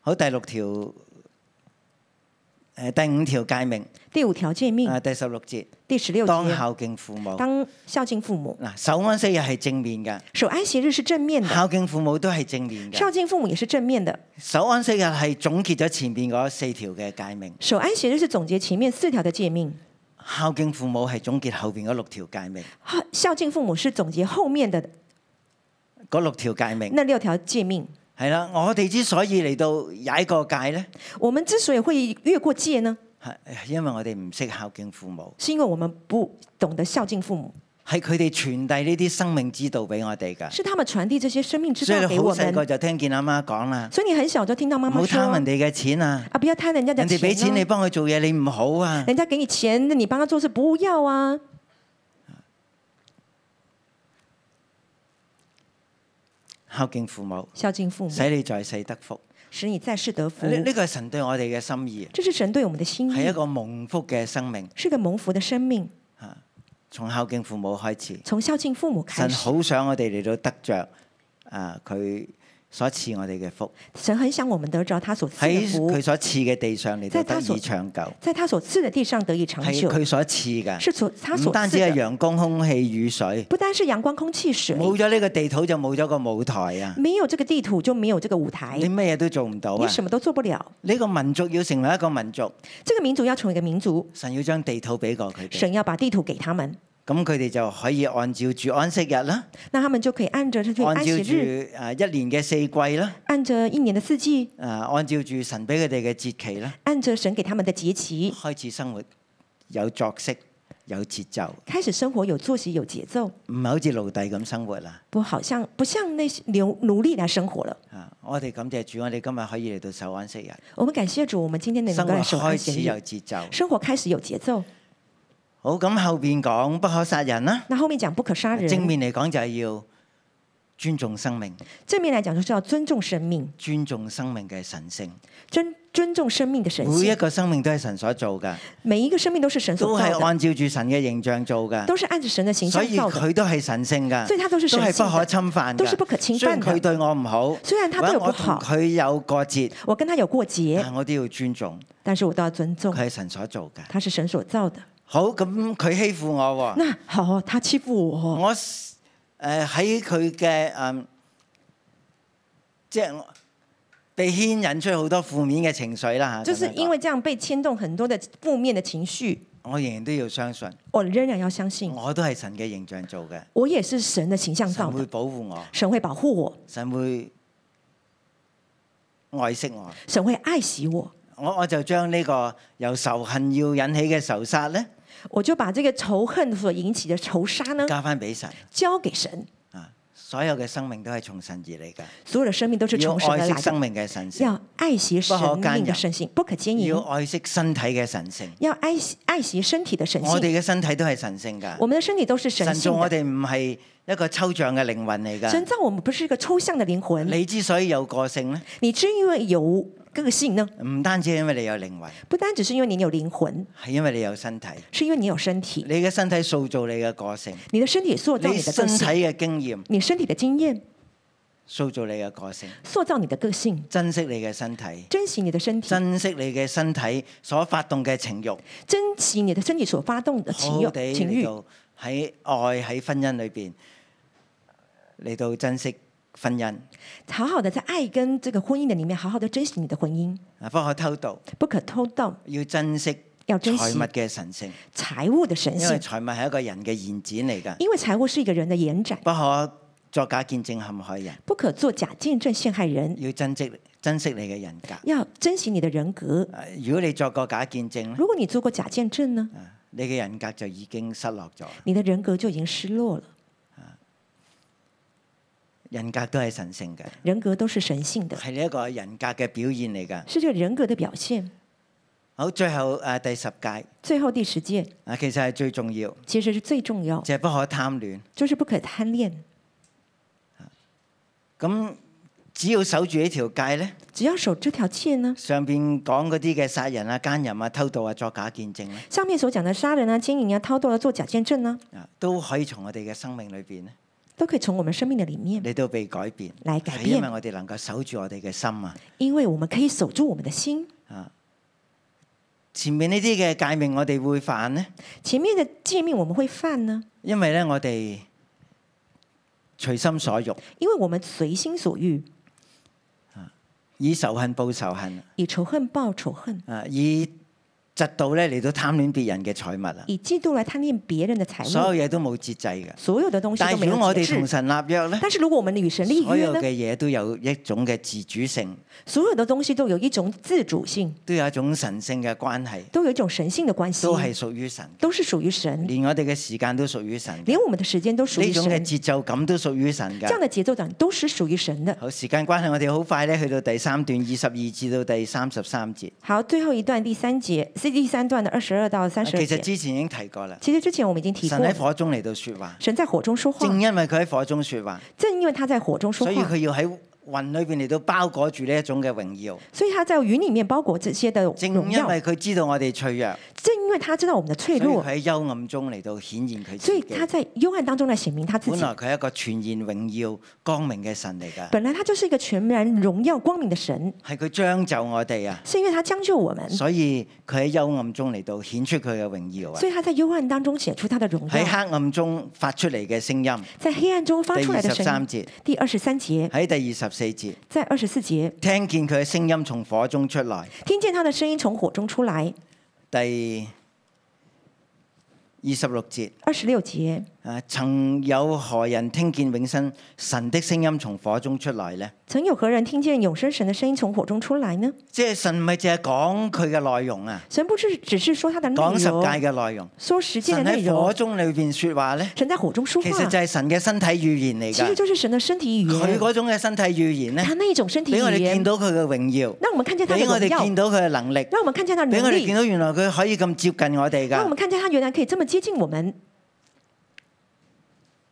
好，第六條誒、呃第五條戒命
第五条诫命，
啊，第十六節，
第十嗯六
當
节，
孝敬父母。
当孝敬父母，
嗱，守安息日係正面嘅，
守安息日是正面的，
孝敬父母都係正面嘅。
孝敬父母也是正面的。
守安息日係總結咗前面嗰四條嘅戒命，
守安息日是总结前面四条的诫命，
孝敬父母係總結後邊嗰六條戒命，
哈孝敬父母是总结后面的
嗰六條戒命
那六条诫命。
係啦。我哋之所以嚟到踩個戒呢，
我们之所以會越过界呢，
係因為我哋唔識孝敬父母，
是因为我们不懂得孝敬父母，
係佢哋傳遞呢啲生命之道俾我哋㗎。
是他們傳遞這些生命之
哎所以
道
你
给
好
我
細個
们。
就聽見阿媽講啦，
所以你很小就听到
唔
妈
好
妈
貪
说
人哋嘅錢啊，
啊，不要貪人家的
人哋俾錢你
钱、啊，
幫佢做嘢，你唔好啊。
人家给你钱，那你帮他做事不要啊。
孝敬父母，
孝敬父母，
使你在世得福。
使你在世得福。
呢呢個係神對我哋嘅心意，
这是神对我们的心
係一
意，
個蒙福嘅生命。
是个蒙福的生命。
從孝敬父母開始，
从孝敬父母开
神
始，
好想我哋嚟到得着啊佢所賜我哋嘅福，
神很想我们得着他所赐
喺
的福
佢，所賜嘅地上嚟到
即係
得
他所
以長久，
在他所赐的地上得以长
係啊
久，
佢所賜嘅。
是所他
唔
所
單
赐
止係
的。
陽光、空氣、雨水，
不单是阳光、空气、水，
冇咗呢個地土就冇咗個舞台啊！
没有这个地图就没有这个舞台
你，乜嘢都做唔到
你
啊！
什么都做不了。
呢個民族要成為一個民族，
这个民族要成为一个民族，
神要將地土俾過佢哋，
神要把地图给他们，
咁佢哋就可以按照住安息日啦，
那他们就可以按着这个
按
安
照
息
住
日，
誒一年嘅四季啦，
按着一年的四季，
誒按照住神俾佢哋嘅節期啦，
按着神给他们的节期，
開始生活有作息、有節奏，
开始生活有作息、有节奏，
唔係好似奴隸咁生活啦。
不好像不像那些奴奴隶来生活了。
啊！我哋感謝主，我哋今日可以嚟到守安息日，
我们感谢主，我们今天能
生
够
活
来守安
開始
息
有
日，
節奏。
生活开始有节奏。
好，咁後邊講不可殺人啦。
那后面讲不可杀人，
正面嚟講就係要尊重生命，
正面来讲就是要尊重生命，
尊重生命嘅神性。
尊尊重生命的神
每一
性，
個生命都係神所做㗎，
每一个生命都是神
都
所
係
造的，
按照住神嘅形象做㗎，
都是按着神的形
所
象
以
造的，
佢都係神性㗎，
所以他都是
都
神
係
性
不可
的。
侵犯
都是不
㗎。
可侵
雖
犯
然佢
的。
對我唔好，
雖然他對
或者
我不
同
好
佢有過節，
我跟他有过节，
但我都要尊重，
但是我都要尊重
佢，係神所做㗎。
他是神所造的。
好，咁佢欺負我喎，
那好，他欺负我，
我誒喺佢嘅誒，即係我被牽引出好多負面嘅情緒啦嚇。
就是
咁樣講
因为这样被牵动很多的负面的情绪，
我仍然都要相信，
我仍然要相信，
我都係神嘅形象做嘅，
我也是神的形象
神
造
會
的，
保護我，
神会保护我，
神會愛惜我。
神会爱惜我。
我我就將呢個由仇恨要引起嘅仇殺咧，
我就把这个仇恨所引起的仇杀呢，
交翻俾神
交给神。
啊！所有嘅生命都係從神而嚟嘅，
所有的生命都是
要
从神而
愛
来
惜生
的，
命嘅神性，
要爱惜生
不可奸
命
淫
的神性，不可奸淫
要，愛惜身體嘅神性。
要爱惜爱惜身体的神
我
性。
哋嘅身體都係神性㗎，
我们的身体都是神
神造
性
我
的，
哋唔係一個抽象嘅靈魂嚟
神
㗎。
造我们不是一个抽象的灵魂。
你之所以有個性咧，
你只因为有个性呢，
唔單止係因為你有靈魂，
不单只是因为你有灵魂，
係因為你有身體。
是因为你有身体，
你嘅身體塑造你嘅個性。
你的身体塑造
你
你的
身
个
體
性，
嘅經驗
你身体的经验
塑造你嘅個性，
塑造你的个性。
珍惜你嘅身體，
珍惜你的身体，
珍惜你嘅身體所發動嘅情慾，
珍惜你的身体所发动的
好
情
好
欲
地
情
嚟
欲，
到喺愛喺婚姻裏邊嚟到珍惜婚姻，
好好的在爱跟这个婚姻的里面，好好的珍惜你的婚姻，
啊不可偷盜，
不可偷盗
要珍惜
要
財
珍惜
物嘅神聖，
财物的神
因為
性，
財物係一個人嘅延展嚟㗎，
因为财物是一个人的延展，
不可作假見證陷害人，
不可作假见证陷害人，
要珍惜珍惜你嘅人格。
要珍惜你的人格。
啊如果你作過假見證咧，
如果你做过假见证呢，
啊你嘅人格就已經失落咗。
你的人格就已经失落了。
人格都係神聖嘅，
人格都是神性的，
係呢一個人格嘅表現嚟㗎。
是这个人格的表现。
好，最後誒第十戒
最后第十戒
啊，其實係最重要，
其实是最重要，
就係、不可貪戀。
就是不可贪恋。
咁只要守住呢條戒咧，
只要守这条戒呢，
上邊講嗰啲嘅殺人啊、奸淫啊、偷盜啊、作假見證咧，
上面所讲的杀人啊、奸淫啊、偷盗啊、做假见证呢，
啊都可以從我哋嘅生命裏邊咧
都可以从我们生命的里面，
嚟到被改變。
嚟改
係
變
因為我哋能夠守住我哋嘅心啊。
因为我们可以守住我们的心。
前面呢啲嘅戒命我哋會犯咧，
前面的诫命我们会犯呢，
因為咧我哋隨心所欲，
因为我们随心所欲，
以仇恨報仇恨，
以仇恨报仇恨，
啊以嫉妒咧嚟到貪戀別人嘅財物啊，
以嫉妒来贪恋别人的财物，
所有嘢都冇節制嘅。
所有的东西
但
都
係
没
如果
有
我
节
哋同
制。
神立 約咧，
但是如果我们与神立
所
约
有
呢
嘅，嘢都有一種嘅自主性，
所有的东西都有一种自主性，
都有一種神性嘅關係，
都有一种神性的关系，
都係屬於神，
都是属于神，
連我哋嘅時間都屬於神，
连我们的时间都属于
呢種嘅
神，啊
節奏感都屬於神
这样
㗎。
的节奏感都是属于神的。
好，時間關係，我哋好快咧去到第三段二十二至到第三十三節。
好，最后一段第三节是第三段的二十二到三十二
啊其
节
實。之前已經提過啦，
其实之前我们已经提
神
过，
喺火中嚟到説話，
神在火中说话，
正因為佢喺火中説話，
正因为他在火中说
所以
话
佢，要喺雲裏邊嚟到包裹住呢一種嘅榮耀。
所以他在云里面包裹这些的
正
荣
因
耀。
為佢知道我哋脆弱，
正因为他知道我们的脆
所以
弱
佢，喺幽暗中嚟到顯現佢
所
自
以
己
他。在幽暗当中来显明他自
本
己。
來佢係一個全然榮耀光明嘅神嚟㗎，
本来他就是一个全然荣耀光明的神，
係佢將就我哋啊，
是因为他将就我们，
所以佢喺幽暗中嚟到顯出佢嘅榮耀啊
所，以他在幽暗当中显出他的荣
喺
耀，
黑暗中發出嚟嘅聲音。
在黑暗中发
第
出
二
来的
十
声
三
音。
節
第二十三节，
喺第二十四節，
在二十四节，
聽見佢嘅聲音從火中出來。
听见他的声音从火中出来。
第二十六節，
二十六节，
啊，曾有何人聽見永生神的聲音從火中出來呢？
曾有何人听见永生神的声音从火中出来呢？
即係神唔係淨係講佢嘅內容啊，
神不是只是说他的内
講十
容，
戒嘅內容。
说实践
神
的内
喺火
容，
中裏邊説話呢。
神在火中说
其實
话
就，係神嘅身體語言嚟
其实
㗎。
就是神的身体语
佢
言，
嗰種嘅身體語言咧
他，那一种身体
俾我哋
语言
見，到佢嘅榮耀，
让我们看见他的
俾我
荣
哋
耀
見，到佢嘅能力，
让我们看见他的
俾我
能
哋
力
見。到原來佢可以咁接近我哋
让我
㗎。
们看见他原来可以这么接近我们，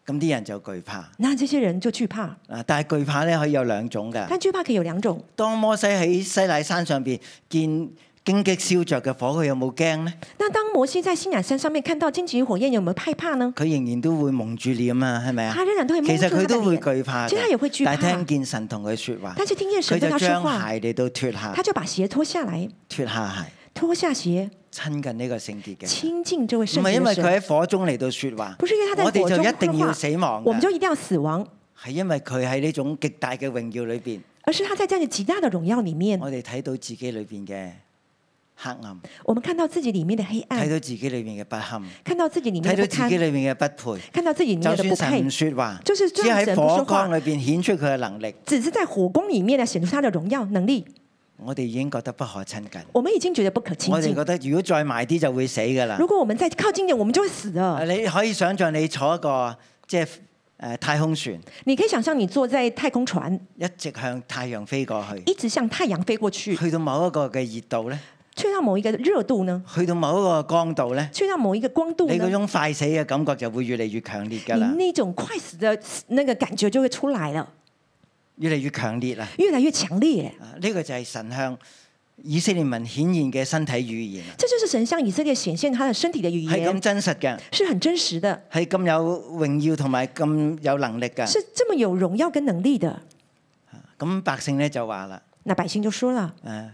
咁啲人就懼怕。
那这些人就惧怕。
啊！但係懼怕咧可以有兩種㗎。
但惧怕可以有两種。
當摩西喺西乃山上邊見荊棘燒着嘅火，佢有冇驚呢？
那当摩西在西乃山上面看到荆棘与火焰，有没有害怕呢？
佢仍然都會蒙住臉啊，係咪啊
他？仍然都会
其
蒙
實
住
佢
他的
都會
脸，
懼怕
其實他也會
㗎，
懼怕
但係聽見神同佢説話，
但是听见
佢
神跟
就
他说
將
话，
鞋嚟到脱下
他，就把鞋脱下来，
脱下鞋，
脱下鞋，
親近呢個聖潔嘅神。
亲近这位
唔
圣
係
洁
因為
的
佢
神。
喺火中嚟到説話，
不是因为他在
我哋
火
就
中
一定要
說話
死亡㗎，
我们就一定要死亡，
係因為佢喺呢種極大嘅榮耀裏邊，
而是他在这样极大的荣耀里面，
我哋睇到自己裏邊嘅黑暗，
我们看到自己里面的黑
睇
暗，
到自己裏邊嘅不堪，
看到自己里
睇
嗯
到
面的不
自
堪
己，裏邊嘅不配。
看到自己里面
就
的不
算
配
神唔，説話，
就是
只係
就算
喺
神不說
火
話
光裏邊顯出佢嘅能力，
只是在火宫里面呢显出他的荣耀能力。
我哋已經覺得不可親近。
我们已经觉得不可亲
我哋
近，
覺得如果再埋啲就會死㗎啦
如。果我们再靠近一点，我们就会死的。
你可以想象你坐一個即係誒太空船，
你可以想象你坐在太空船，
一直向太陽飛過去，
一直向太阳飞过去，
去到某一個嘅熱度咧，
去到某一个热度呢，
去到某一個光度咧。
去到某一个光度
你嗰
呢，
種快死嘅感覺就會越嚟越強烈㗎
你
啦，
那种快死的那个感觉就会出来了，
越嚟越強烈啦。
越来越强烈。
啊呢個就係神向以色列民顯現嘅身體語言啊，
这就是神向以色列顯现他的身体的语
係咁
言，
真實嘅，
是很真实的，
係咁有榮耀同埋咁有能力㗎。
是这么有荣耀跟能力的。
咁百姓咧就話啦，啊
那百姓就说了，
誒、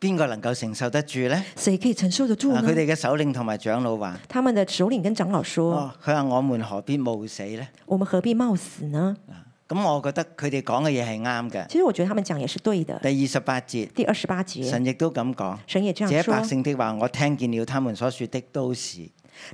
邊個能夠承受得住呢？
谁可以承受得住
啊
呢
佢？哋嘅首領同埋長老話：
他们的首领跟长老说：
哦，佢話我們何必冒死呢？
我们何必冒死呢？
啊咁我覺得佢哋講嘅嘢係啱嘅。
其實我覺得他们讲也是對的。
第二十八節，
第二十八節，
神亦都咁講：
神也這樣
這百
說：
姓的話，我聽見了他們所說的都是。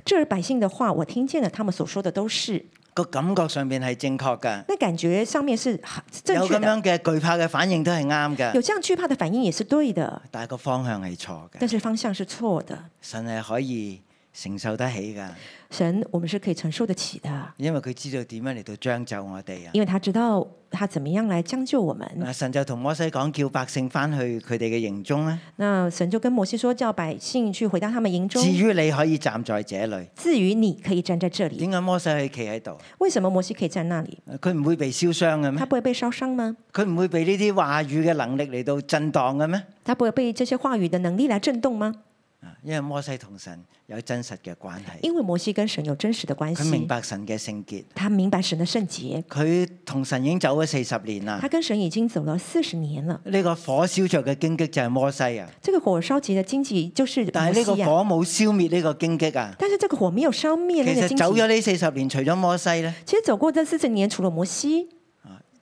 这百姓的話，我聽見了，他們所說的都是。
個感覺上面係正確㗎。
那感覺上面是很正
有
確
咁
的，
樣嘅懼怕嘅反應都係啱
有
嘅，
這樣懼怕的反應也是對的，
但係個方向係錯嘅。
但是方向是錯的。
神係可以承受得起㗎，
神，我們是可以承受得起的，
因為佢知道點樣嚟到將就我哋啊。
因為他知道他怎麼樣來將就我們。
嗱，神就同摩西講，叫百姓翻去佢哋嘅營中啦。
那神就跟摩西說，叫百姓去回到他們營中
至。於你可以站在這裏，
至於你可以站在這裡，
點解摩西可以企喺度？
為什麼摩西可以站那裡？
佢唔會被燒傷嘅
他
咩？
不會被燒傷嗎？
佢唔會被呢啲話語嘅能力嚟到震盪嘅咩？
他不會被這些話語的能力來震動嗎？
啊因為摩西同神有真實嘅關係，
因為摩西跟神有真實的關
佢明
係，
白神嘅聖潔，
他明白神的聖潔，
佢同神已經走咗四十年啦
他。跟神已經走了四十年了。
呢個火燒着嘅荊棘就係摩西啊，
這個火燒急的荊棘就是
但
摩
係呢個
西啊，
火冇消滅呢個荊棘啊。
但是這個火沒有燒
其
滅那個
實
荊
走咗
棘。
呢四十年，除咗摩西呢，
其實走過這四十年，除了摩西，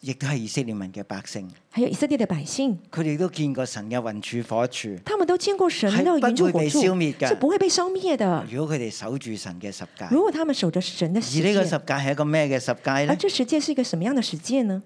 亦都係以色列民嘅百姓，
還有以色列的百姓，
佢哋都見過神嘅雲柱火柱。
他們都見過神
係
的
不
雲柱
會
火
被
柱
消滅，㗎
是不會被消滅的。
如果佢哋守住神嘅十戒，
如果他們守着神啊的
而
十
呢個
戒
十，戒係一個咩嘅十戒
而
呢？
這十戒是一個什麼樣的十戒呢？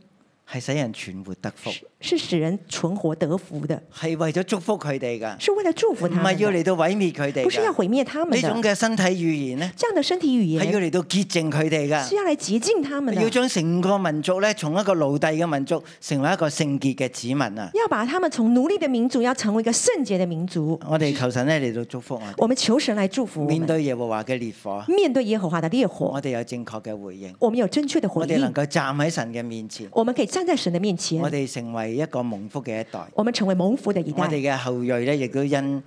係使人存活得福，
是是使人存活得福的，
係為咗祝福佢哋㗎，
是為了祝福
唔
他
係
們
要
的，
嚟到毀滅佢哋
不是要
㗎。
毀滅他們
呢種
的。
嘅身體語言呢，
這樣的身體語
係要
言
嚟到潔淨佢哋
是
㗎，
要來潔淨他們的
要，將成個民族呢，從一個奴隸嘅民族成為一個聖潔嘅子民啊！
要把他們從奴隸的民族要成為一個聖潔的民族。
我哋求神咧嚟到祝福我哋，
我們求神來祝福我
面
們，
對耶和華嘅烈火，
面對耶和華的烈火
我，哋有正確嘅回應，
我們有正確的回
我哋能
應，
夠站喺神嘅面前，
我們可以站在神的面
啊
前
我，哋成為一個蒙福嘅一代，
我們成為蒙福的一
我哋
代，
嘅後裔咧亦都因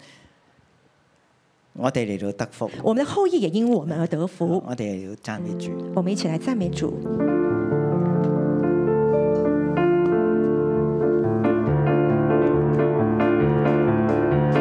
我哋嚟到得福，
哦
我們的後裔也因我們而得福。
我哋嚟到讚美主。
我們一起來讚美主。
哈利路亞！我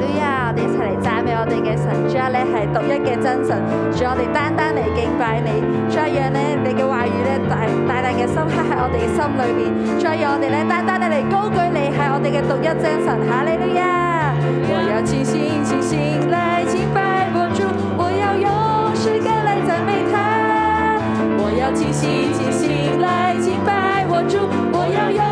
哋一齊嚟讚美我哋嘅神，主啊，你係獨一嘅真神，主啊我哋單單嚟敬拜你，主啊，讓咧你嘅話語咧大大大嘅深刻喺我哋嘅心裏面，主啊，讓我哋咧單單地嚟高舉你係我哋嘅獨一真神，哈利路亞！我要清醒清醒來敬拜我主，我要用诗歌來讚美他，我要清醒清醒來敬拜我主，我要用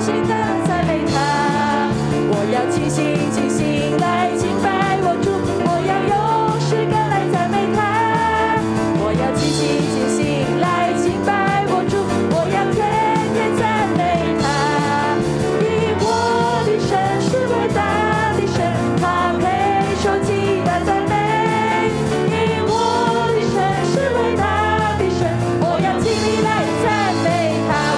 心的赞美他。我要清醒，清醒来敬拜我主，我要用诗歌来赞美他。我要清醒，清醒来敬拜我主，我要天天赞美他。因我的神是伟大的神，他配受极大赞美。因我的神是伟大的神，我要尽力来赞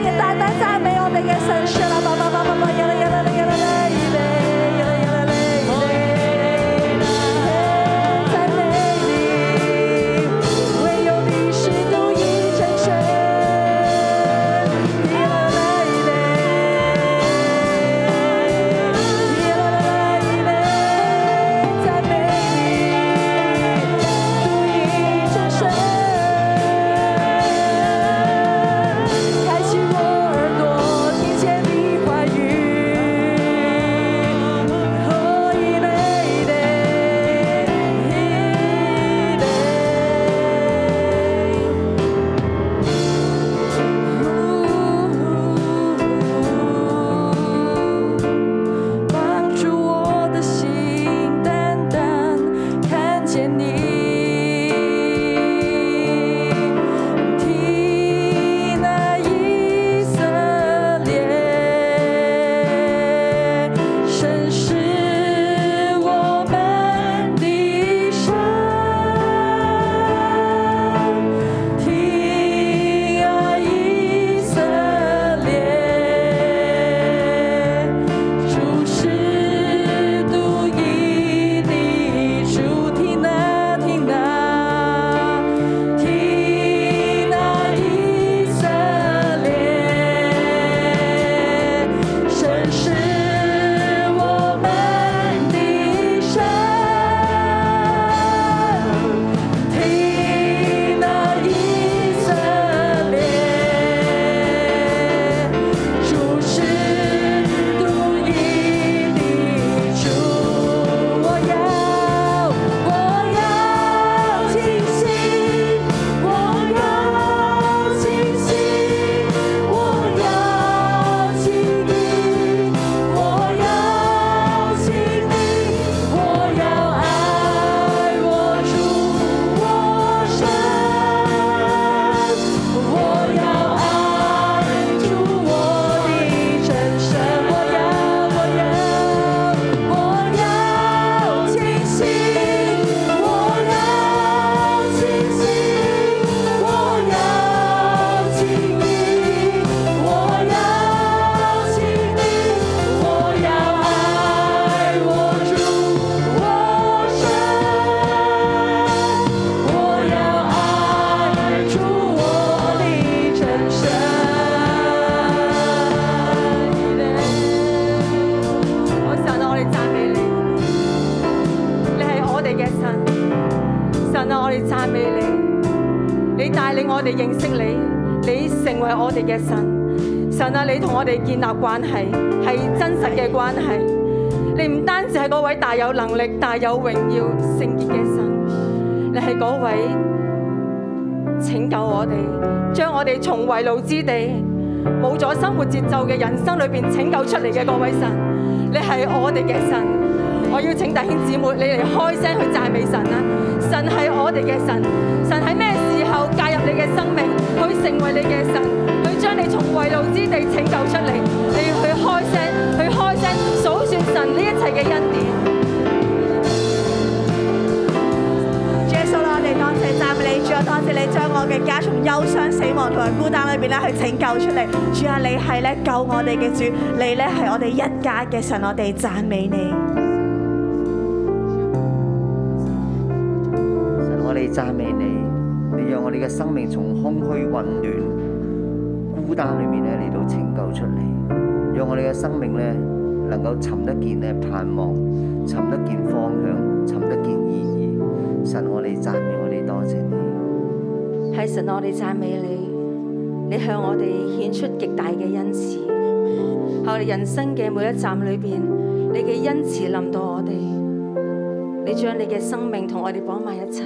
嘅神，上啦，叭叭叭叭叭，呀啦呀啦啦呀啦啦，预备，呀啦呀啦啦，预备，赞美你，唯有你是独一真神，呀啦啦预备，呀啦啦啦预备，赞美你，独一真神。开启我耳朵，听见你话语。哦，一杯一杯一杯，帮助我的心单单看见你。替那以色列，神是我们的神，替那以色列，主是独一的主，替那替那。听那以色列，神是我们的神。听那以色列，主是独一的主，我要，我要清醒，我要清醒，我要清醒，我要清醒，我要爱我主我神，我要爱主我的真神，我要我要我要清醒，我要清醒，我要清醒，我要清醒，我要爱我主我神。我要爱主我的真神。
我神啊，我哋赞美你，你系我哋嘅神。神啊，我哋赞美你，你带领我哋认识你，你成为我哋嘅神。神啊，你同我哋建立关系，系真实嘅关系。你唔单止系嗰位大有能力、大有荣耀、圣洁嘅神，你系嗰位拯救我哋，将我哋从围路之地。冇咗生活節奏嘅人生裏邊拯救出嚟嘅各位神，你係我哋嘅神。我邀請弟兄姊妹，你嚟開聲去讚美神啦！神係我哋嘅神，神喺咩時候介入你嘅生命，去成為你嘅神，去將你從遺路之地拯救出嚟，你要去開聲，去開聲數算神呢一切嘅恩典。
主耶穌啦，我哋多謝讚美你，主啊，多謝你將我嘅家從憂傷、死亡同埋孤單裏邊咧去拯救出嚟。主啊，你係咧救我哋嘅主，你咧係我哋一家嘅神，我哋讚美你。
神，我哋讚美你，你讓我哋嘅生命從空虛、混亂、孤單裏面咧嚟到拯救出嚟，讓我哋嘅生命咧能夠尋得見咧盼望，尋得見方向，尋得見意義。神，我哋讚美，我哋多謝你。
係神，我哋讚美你，你向我哋顯出極大嘅恩慈。喺我哋人生嘅每一站裏邊，你嘅恩慈臨到我哋，你將你嘅生命同我哋綁埋一齊，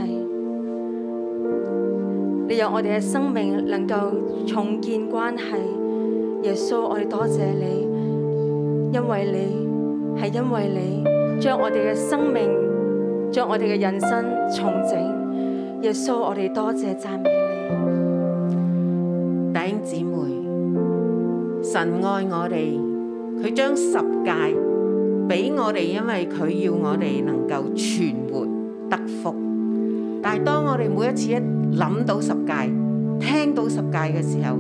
你讓我哋嘅生命能夠重建關係。耶穌，我哋多謝你，因為你係因為你將我哋嘅生命，將我哋嘅人生重整。耶穌，我哋多謝讚美你。
弟兄姊妹，神愛我哋，佢將十戒俾我哋，因為佢要我哋能夠存活得福。但係當我哋每一次一諗到十戒、聽到十戒嘅時候，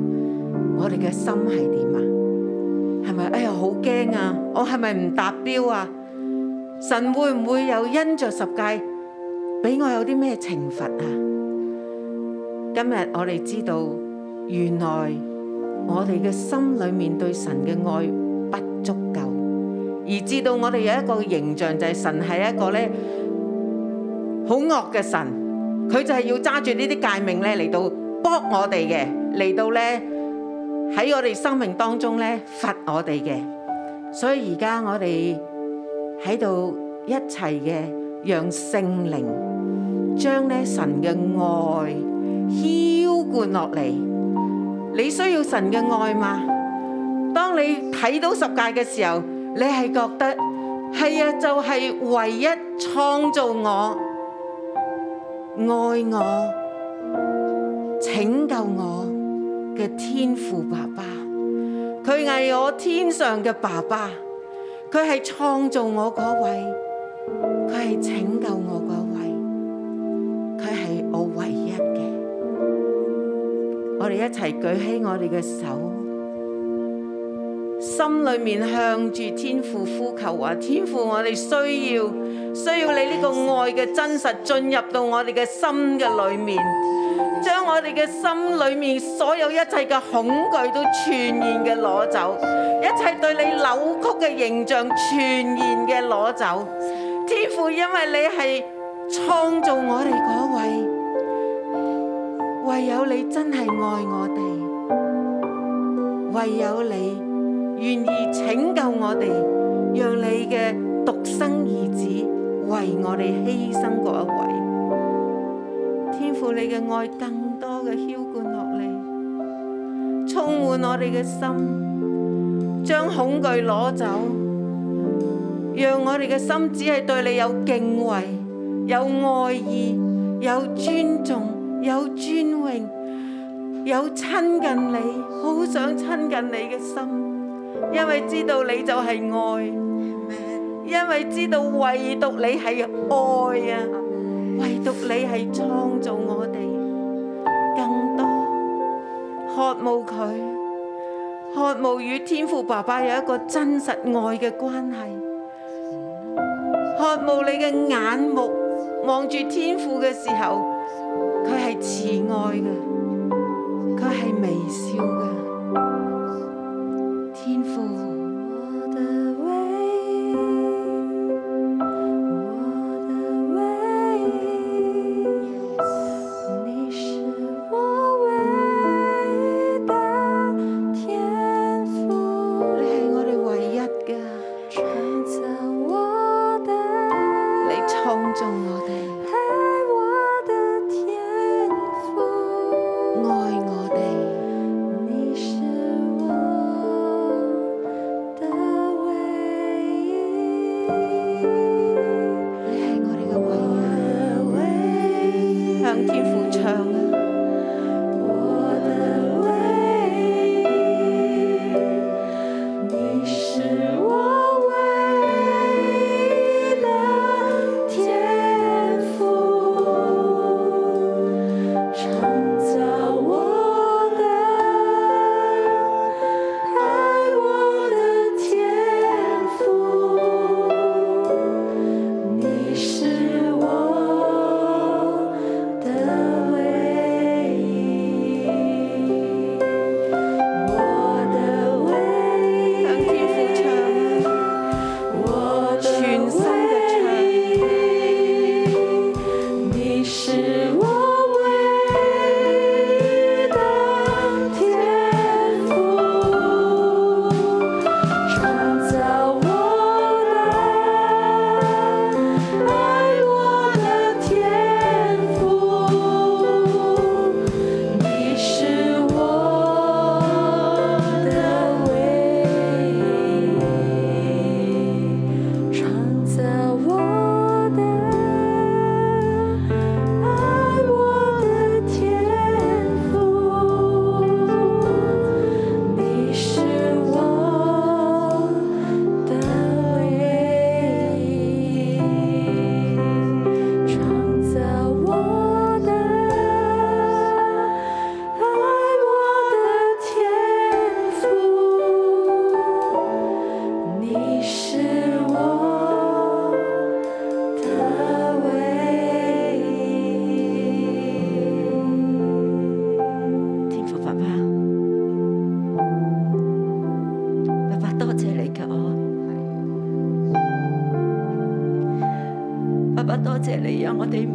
我哋嘅心係點啊？係咪？哎呀，好驚啊！我係咪唔達標啊？神會唔會又因着十戒俾我有啲咩懲罰啊？今日我哋知道，原來我哋嘅心裏面對神嘅愛不足夠，而至到我哋有一個形象就係神係一個咧好惡嘅神，佢就係要揸住呢啲誡命咧嚟到搏我哋嘅，嚟到咧喺我哋生命當中咧罰我哋嘅。所以而家我哋喺度一齊嘅，讓聖靈將咧神嘅愛澆灌落嚟。你需要神嘅愛嘛？當你睇到十戒嘅時候，你係覺得係啊，就係、唯一創造我、愛我、拯救我嘅天父爸爸。佢係我天上嘅爸爸，佢係創造我嗰位，佢係拯救我嗰位，佢係我唯一嘅。我哋一齊舉起我哋嘅手，心裏面向住天父呼求話：天父，我哋需要需要你呢個愛嘅真實進入到我哋嘅心嘅裏面，將我哋嘅心裏面所有一切嘅恐懼都全然嘅攞走，一切對你扭曲嘅形象全然嘅攞走。天父，因為你係創造我哋嗰位。唯有你真係愛我哋，唯有你願意拯救我哋，讓你嘅獨生兒子為我哋犧牲嗰一位。天父，你嘅愛更多嘅澆灌落嚟，充滿我哋嘅心，將恐懼攞走，讓我哋嘅心只係對你有敬畏、有愛意。有尊重，有尊榮，有親近你，好想親近你嘅心，因為知道你就係愛，因為知道唯獨你係愛啊，唯獨你係創造我哋更多，渴慕佢，渴慕與天父爸爸有一個真實愛嘅關係。渴慕你嘅眼目望住天父嘅時候，佢係慈愛嘅，佢係微笑嘅，天父。你係我哋唯一嘅，你創造我哋。愛我哋，
你
謝你啊！我哋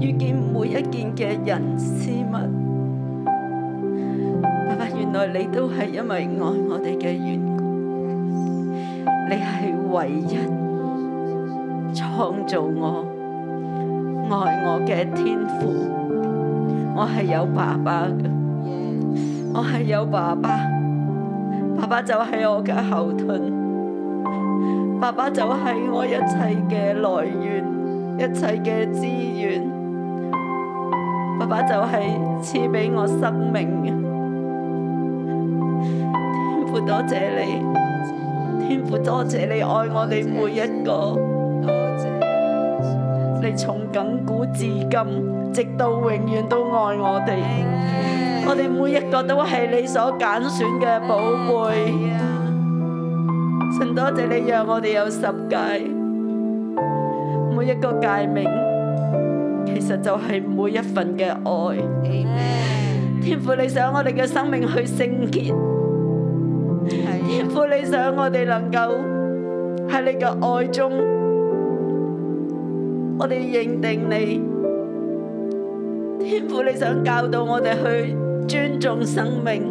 遇見每一件嘅人事物，爸爸，原來你都係因為愛我哋嘅緣故，你係為人創造我、愛我嘅天父，我係有爸爸嘅，我係有爸爸，爸爸就係我嘅後盾。爸爸就係我一切嘅來源，一切嘅資源。爸爸就係賜俾我生命嘅。天父多謝你，天父多謝你愛我哋每一個。你從亘古至今，直到永遠都愛我哋。我哋每一個都係你所揀選嘅寶貝。神多謝你讓我哋有十戒，每一個戒名其實就係每一份嘅愛。天父，你想我哋嘅生命去聖潔，天父，你想我哋能夠喺你嘅愛中，我哋認定你。天父，你想教導我哋去尊重生命、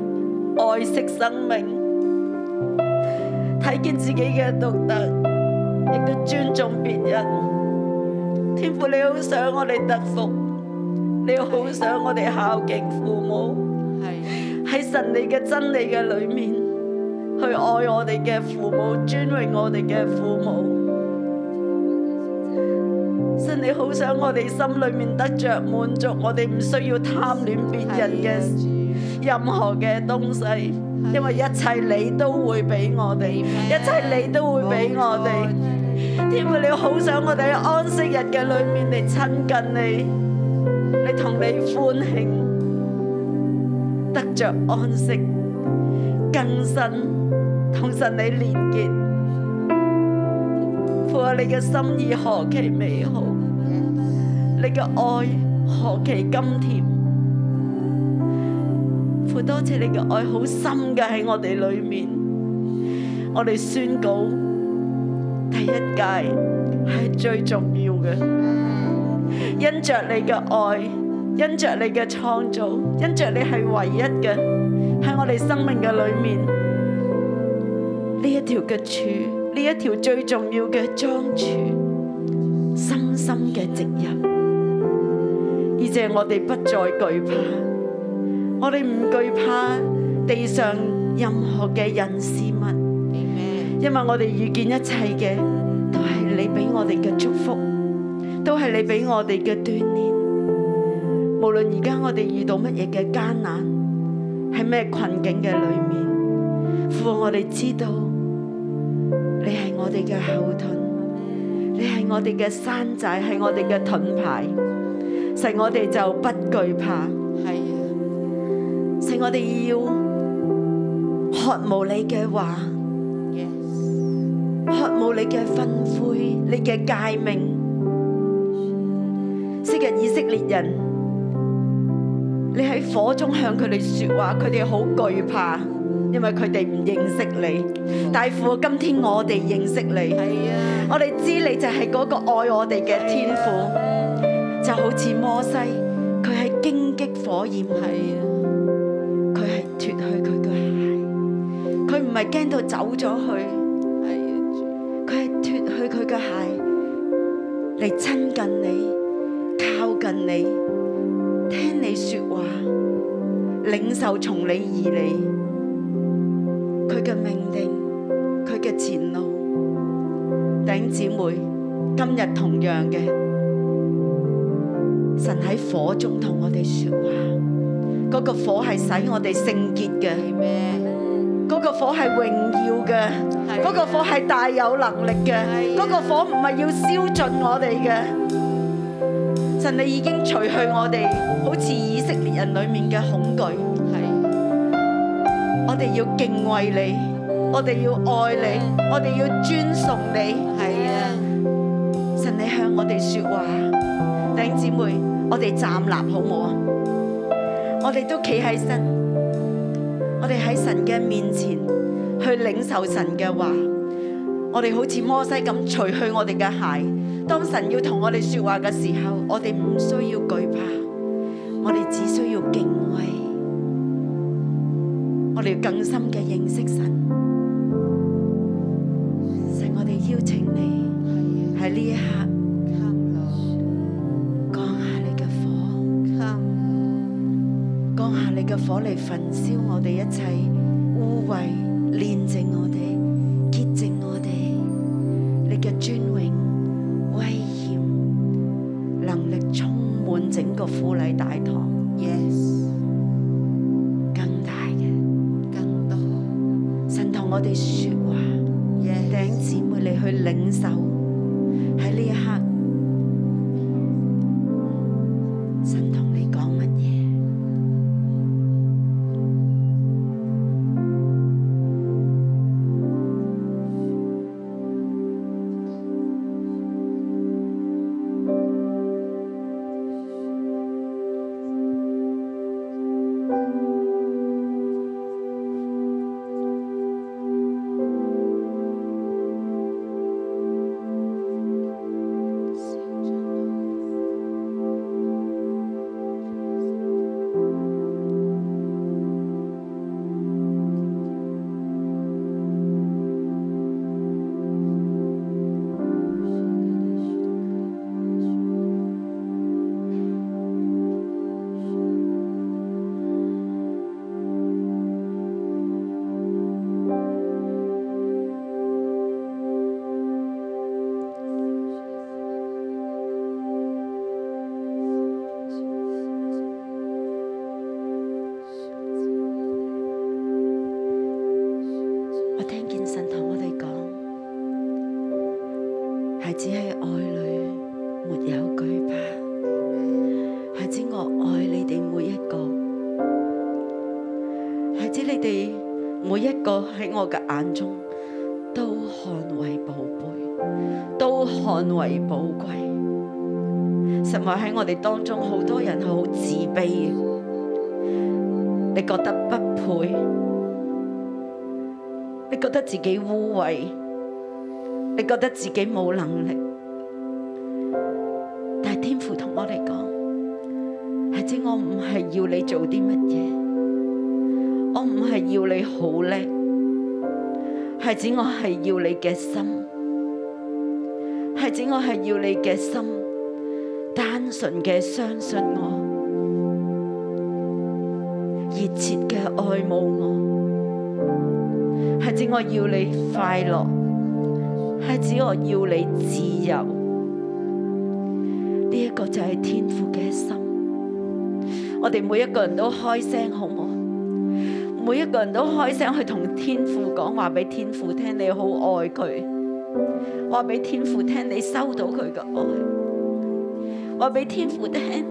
愛惜生命。睇見自己嘅獨特，亦都尊重別人。天父，你好想我哋得服，你好想我哋孝敬父母，喺神你嘅真理嘅裏面，去愛我哋嘅父母，尊榮我哋嘅父母。神你好想我哋心裏面得着滿足，我哋唔需要貪戀別人嘅。任何嘅東西，因為一切你都會俾我哋，一切你都會俾我哋。天父，你好想我哋喺安息日嘅裏面嚟親近你，你同你歡慶，得着安息，更新，同神你連結。父啊，你嘅心意何其美好，你嘅愛何其甘甜。父多謝你嘅愛好深嘅喺我哋裏面，我哋宣告第一屆係最重要嘅，因着你嘅愛，因着你嘅創造，因着你係唯一嘅喺我哋生命嘅裏面，呢一條嘅柱，呢一條最重要嘅樁柱，深深嘅植入，以致我哋不再懼怕。我哋唔懼怕地上任何嘅人事物，因為我哋遇見一切嘅都係你俾我哋嘅祝福，都係你俾我哋嘅鍛煉。無論而家我哋遇到乜嘢嘅艱難，喺咩困境嘅裏面，父我哋知道你係我哋嘅後盾，你係我哋嘅山寨，係我哋嘅盾牌，使我哋就不懼怕。使我哋要渴慕你嘅話，渴慕你嘅訓誨，你嘅誡命。昔日以色列人，你喺火中向佢哋說話，佢哋好懼怕，因為佢哋唔認識你。大父，今天我哋認識你，我哋知你就係嗰個愛我哋嘅天父，就好似摩西，佢喺荊棘火焰下。佢係脱去佢嘅鞋，佢唔係驚到走咗去，佢係脱去佢嘅鞋嚟親近你，靠近你，聽你說話，領受從你而嚟，佢嘅命定，佢嘅前路，弟兄姊妹，今日同樣嘅，神喺火中同我哋說話。嗰個火係使我哋聖潔嘅，嗰個火係榮耀嘅，嗰個火係大有能力嘅，嗰個火唔係要燒盡我哋嘅。神你已經除去我哋好似以色列人裡面嘅恐懼，我哋要敬畏你，我哋要愛你，我哋要尊崇你。神你向我哋説話，弟兄姊妹，我哋站立好冇啊？我哋都企喺身，我哋喺神嘅面前去領受神嘅話。我哋好似摩西咁，除去我哋嘅鞋，當神要同我哋說話嘅時候，我哋唔需要懼怕，我哋只需要敬畏，我哋要更深嘅認識神。神，我哋邀請你喺呢一刻。降下你嘅火，降下你嘅火嚟焚燒我哋一切污穢，煉淨我哋，潔淨我哋。你嘅尊榮、威嚴、能力充滿整個富麗大堂。Yes，更大嘅，更多。神同我哋說話，弟兄姊妹你去領受喺呢一刻。神同你講乜嘢？我聽見神同我哋講，孩子喺愛裏沒有懼怕，孩子我愛你哋每一個，孩子你哋每一個喺我嘅眼中都看為寶貝，都看為寶貴。實話喺我哋當中，好多人係好自卑嘅，你覺得不配。你覺得自己污穢，你覺得自己冇能力，但係天父同我哋講，孩子，我唔係要你做啲乜嘢，我唔係要你好叻，孩子，我係要你嘅心，孩子，我係要你嘅心，單純嘅相信我，熱切嘅愛慕我。孩子，我要你快樂，孩子，我要你自由。呢、一個就係天父嘅心。我哋每一個人都開聲，好唔好？每一個人都開聲去同天父講話，俾天父聽你好愛佢，話俾天父聽你收到佢嘅愛，話俾天父聽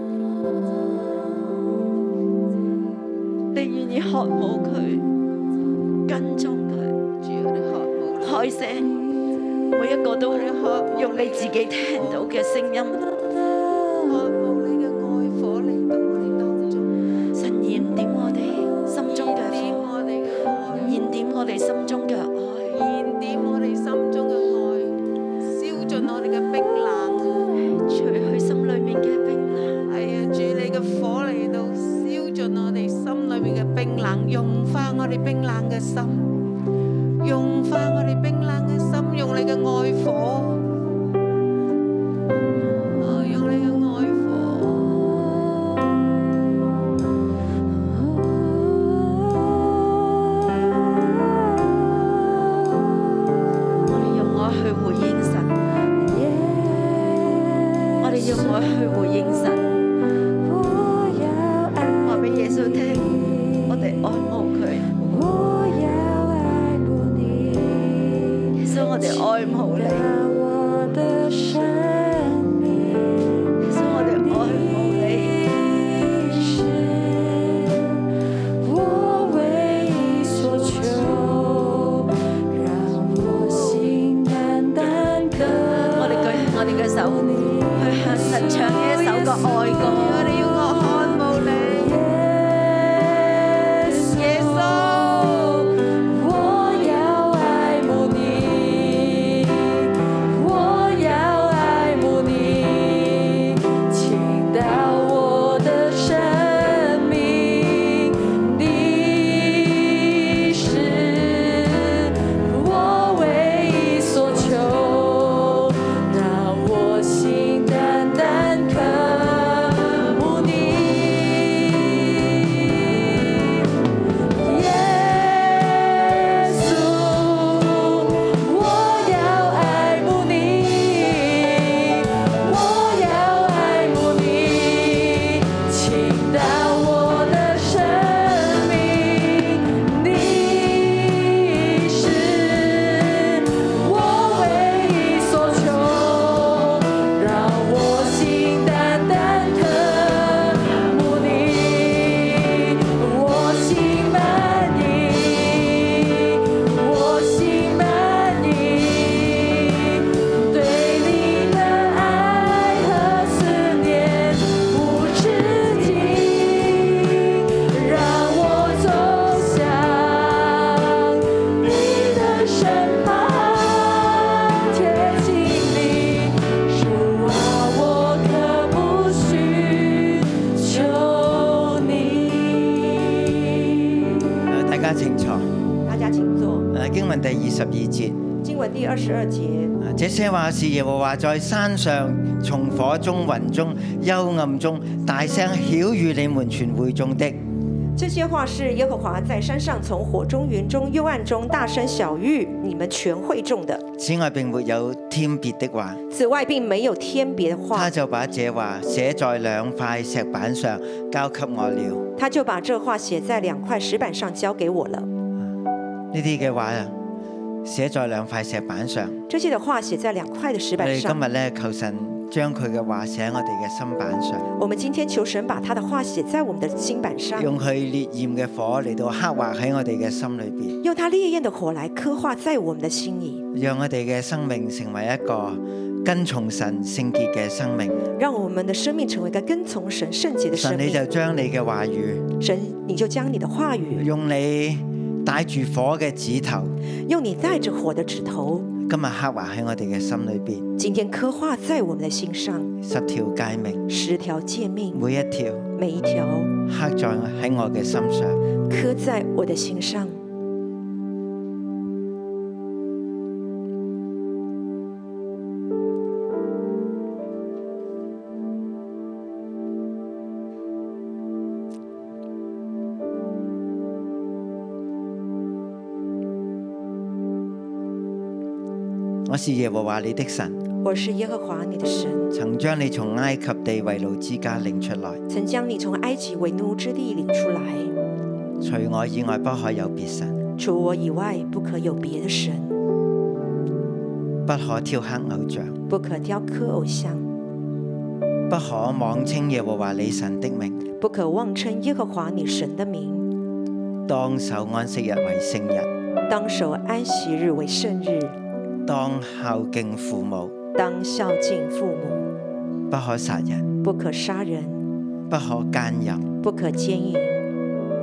你願意渴慕佢。跟蹤佢，開聲，每一個都用你自己聽到嘅聲音。神燃點我哋心中嘅火，燃點我哋心中嘅愛。除去心裏面嘅冰冷，我哋用愛去回應神，我哋用愛去回應神，話俾耶穌聽，我哋愛慕佢。耶穌，我哋愛慕你。
家請坐。
大家请坐。
誒經呃文第二十二節，
经文第二十二节，
啊這些話是耶和華在山上、從火中、雲中、幽暗中大聲曉喻你們全會眾的。
这些话是耶和华在山上从火中、云中、幽暗中大声小谕你们全会众的。
此外並沒有添別的話。
此外，并没有添别的
他
话，
就把這話寫在兩塊石板上，交給我了。
他就把这话写在两块石板上交给我了。
呢啲嘅話啊，寫在兩塊石板上。
这些的话写在两块的石
我
板
哋
上
今。日咧求神將佢嘅話寫喺我哋嘅心板上，
我们今天求神把他的话写在我们的心板上，
用佢烈焰嘅火嚟到刻畫喺我哋嘅心裏邊，
用他烈焰的火来刻画在我們的心里，
讓我哋嘅生命成為一個跟從神聖潔嘅生命。
让我们的生命成为一个跟从神圣洁的生
神你就
命。
將你嘅話語，
神，你就将你的话语，
用你帶住火嘅指頭，
用你带着火的指头，
今日刻畫喺我哋嘅心裏邊，
今天刻画在我们的心上。
十條誡命，
十条诫命，
每一條。
每一条
刻在喺我嘅心上。
刻在我的心上。
我是耶和華你的神，
我是耶和華你的神，
曾將你從埃及地為奴之家領出來。
曾将你从埃及为奴之地领出来，
除我以外，不可有別神，
除我以外不可有别的神，
不可雕刻偶像，
不可雕刻偶像。
不可妄稱耶和華你神的名。
不可妄称耶和华你神的名，
當守安息日為聖日，
当守安息日为圣日，
當孝敬父母，
当孝敬父母，
不可殺人，
不可杀人，
不可奸淫，
不可奸淫，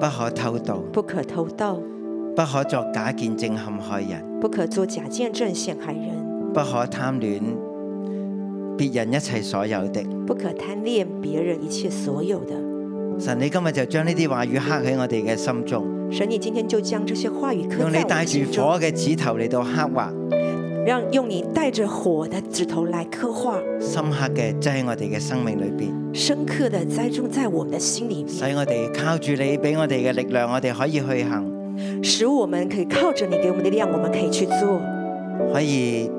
不可偷盜，
不可偷盗，
不可作假見證陷害人，
不可作假见证陷害人，
不可貪戀別人一切所有的。
不可贪恋别人一切所有的。
神，你今日就將呢啲話語刻喺我哋嘅心中。
神，你今天就将这些话语刻
用你
在我
帶
们
住
心中，
火嘅指頭嚟到刻畫，
让用你带着火的指头来刻画，
深刻嘅擠喺我哋嘅生命裏邊，
深刻的栽种在我们的心里
使
面，
我哋靠住你俾我哋嘅力量，我哋可以去行，
使我们可以靠着你给我们的力量，我们可以去做，
可以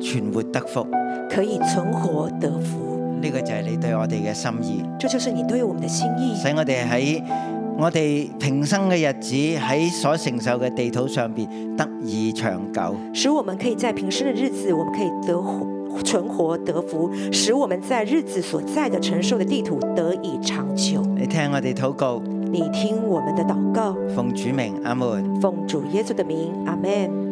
存活得福。呢、
可以存活得福。
個就係你對我哋嘅心意，
这就是你对我们的心意，
使我哋喺我哋平生嘅日子喺所承受嘅地土上邊得以長久。
使我们可以在平生的日子，我们可以得活、存活、得福，使我们在日子所在的承受的地土得以长久。
你聽我哋禱告，
你听我们的祷告，
奉主名，阿門。
奉主耶稣的名，阿门。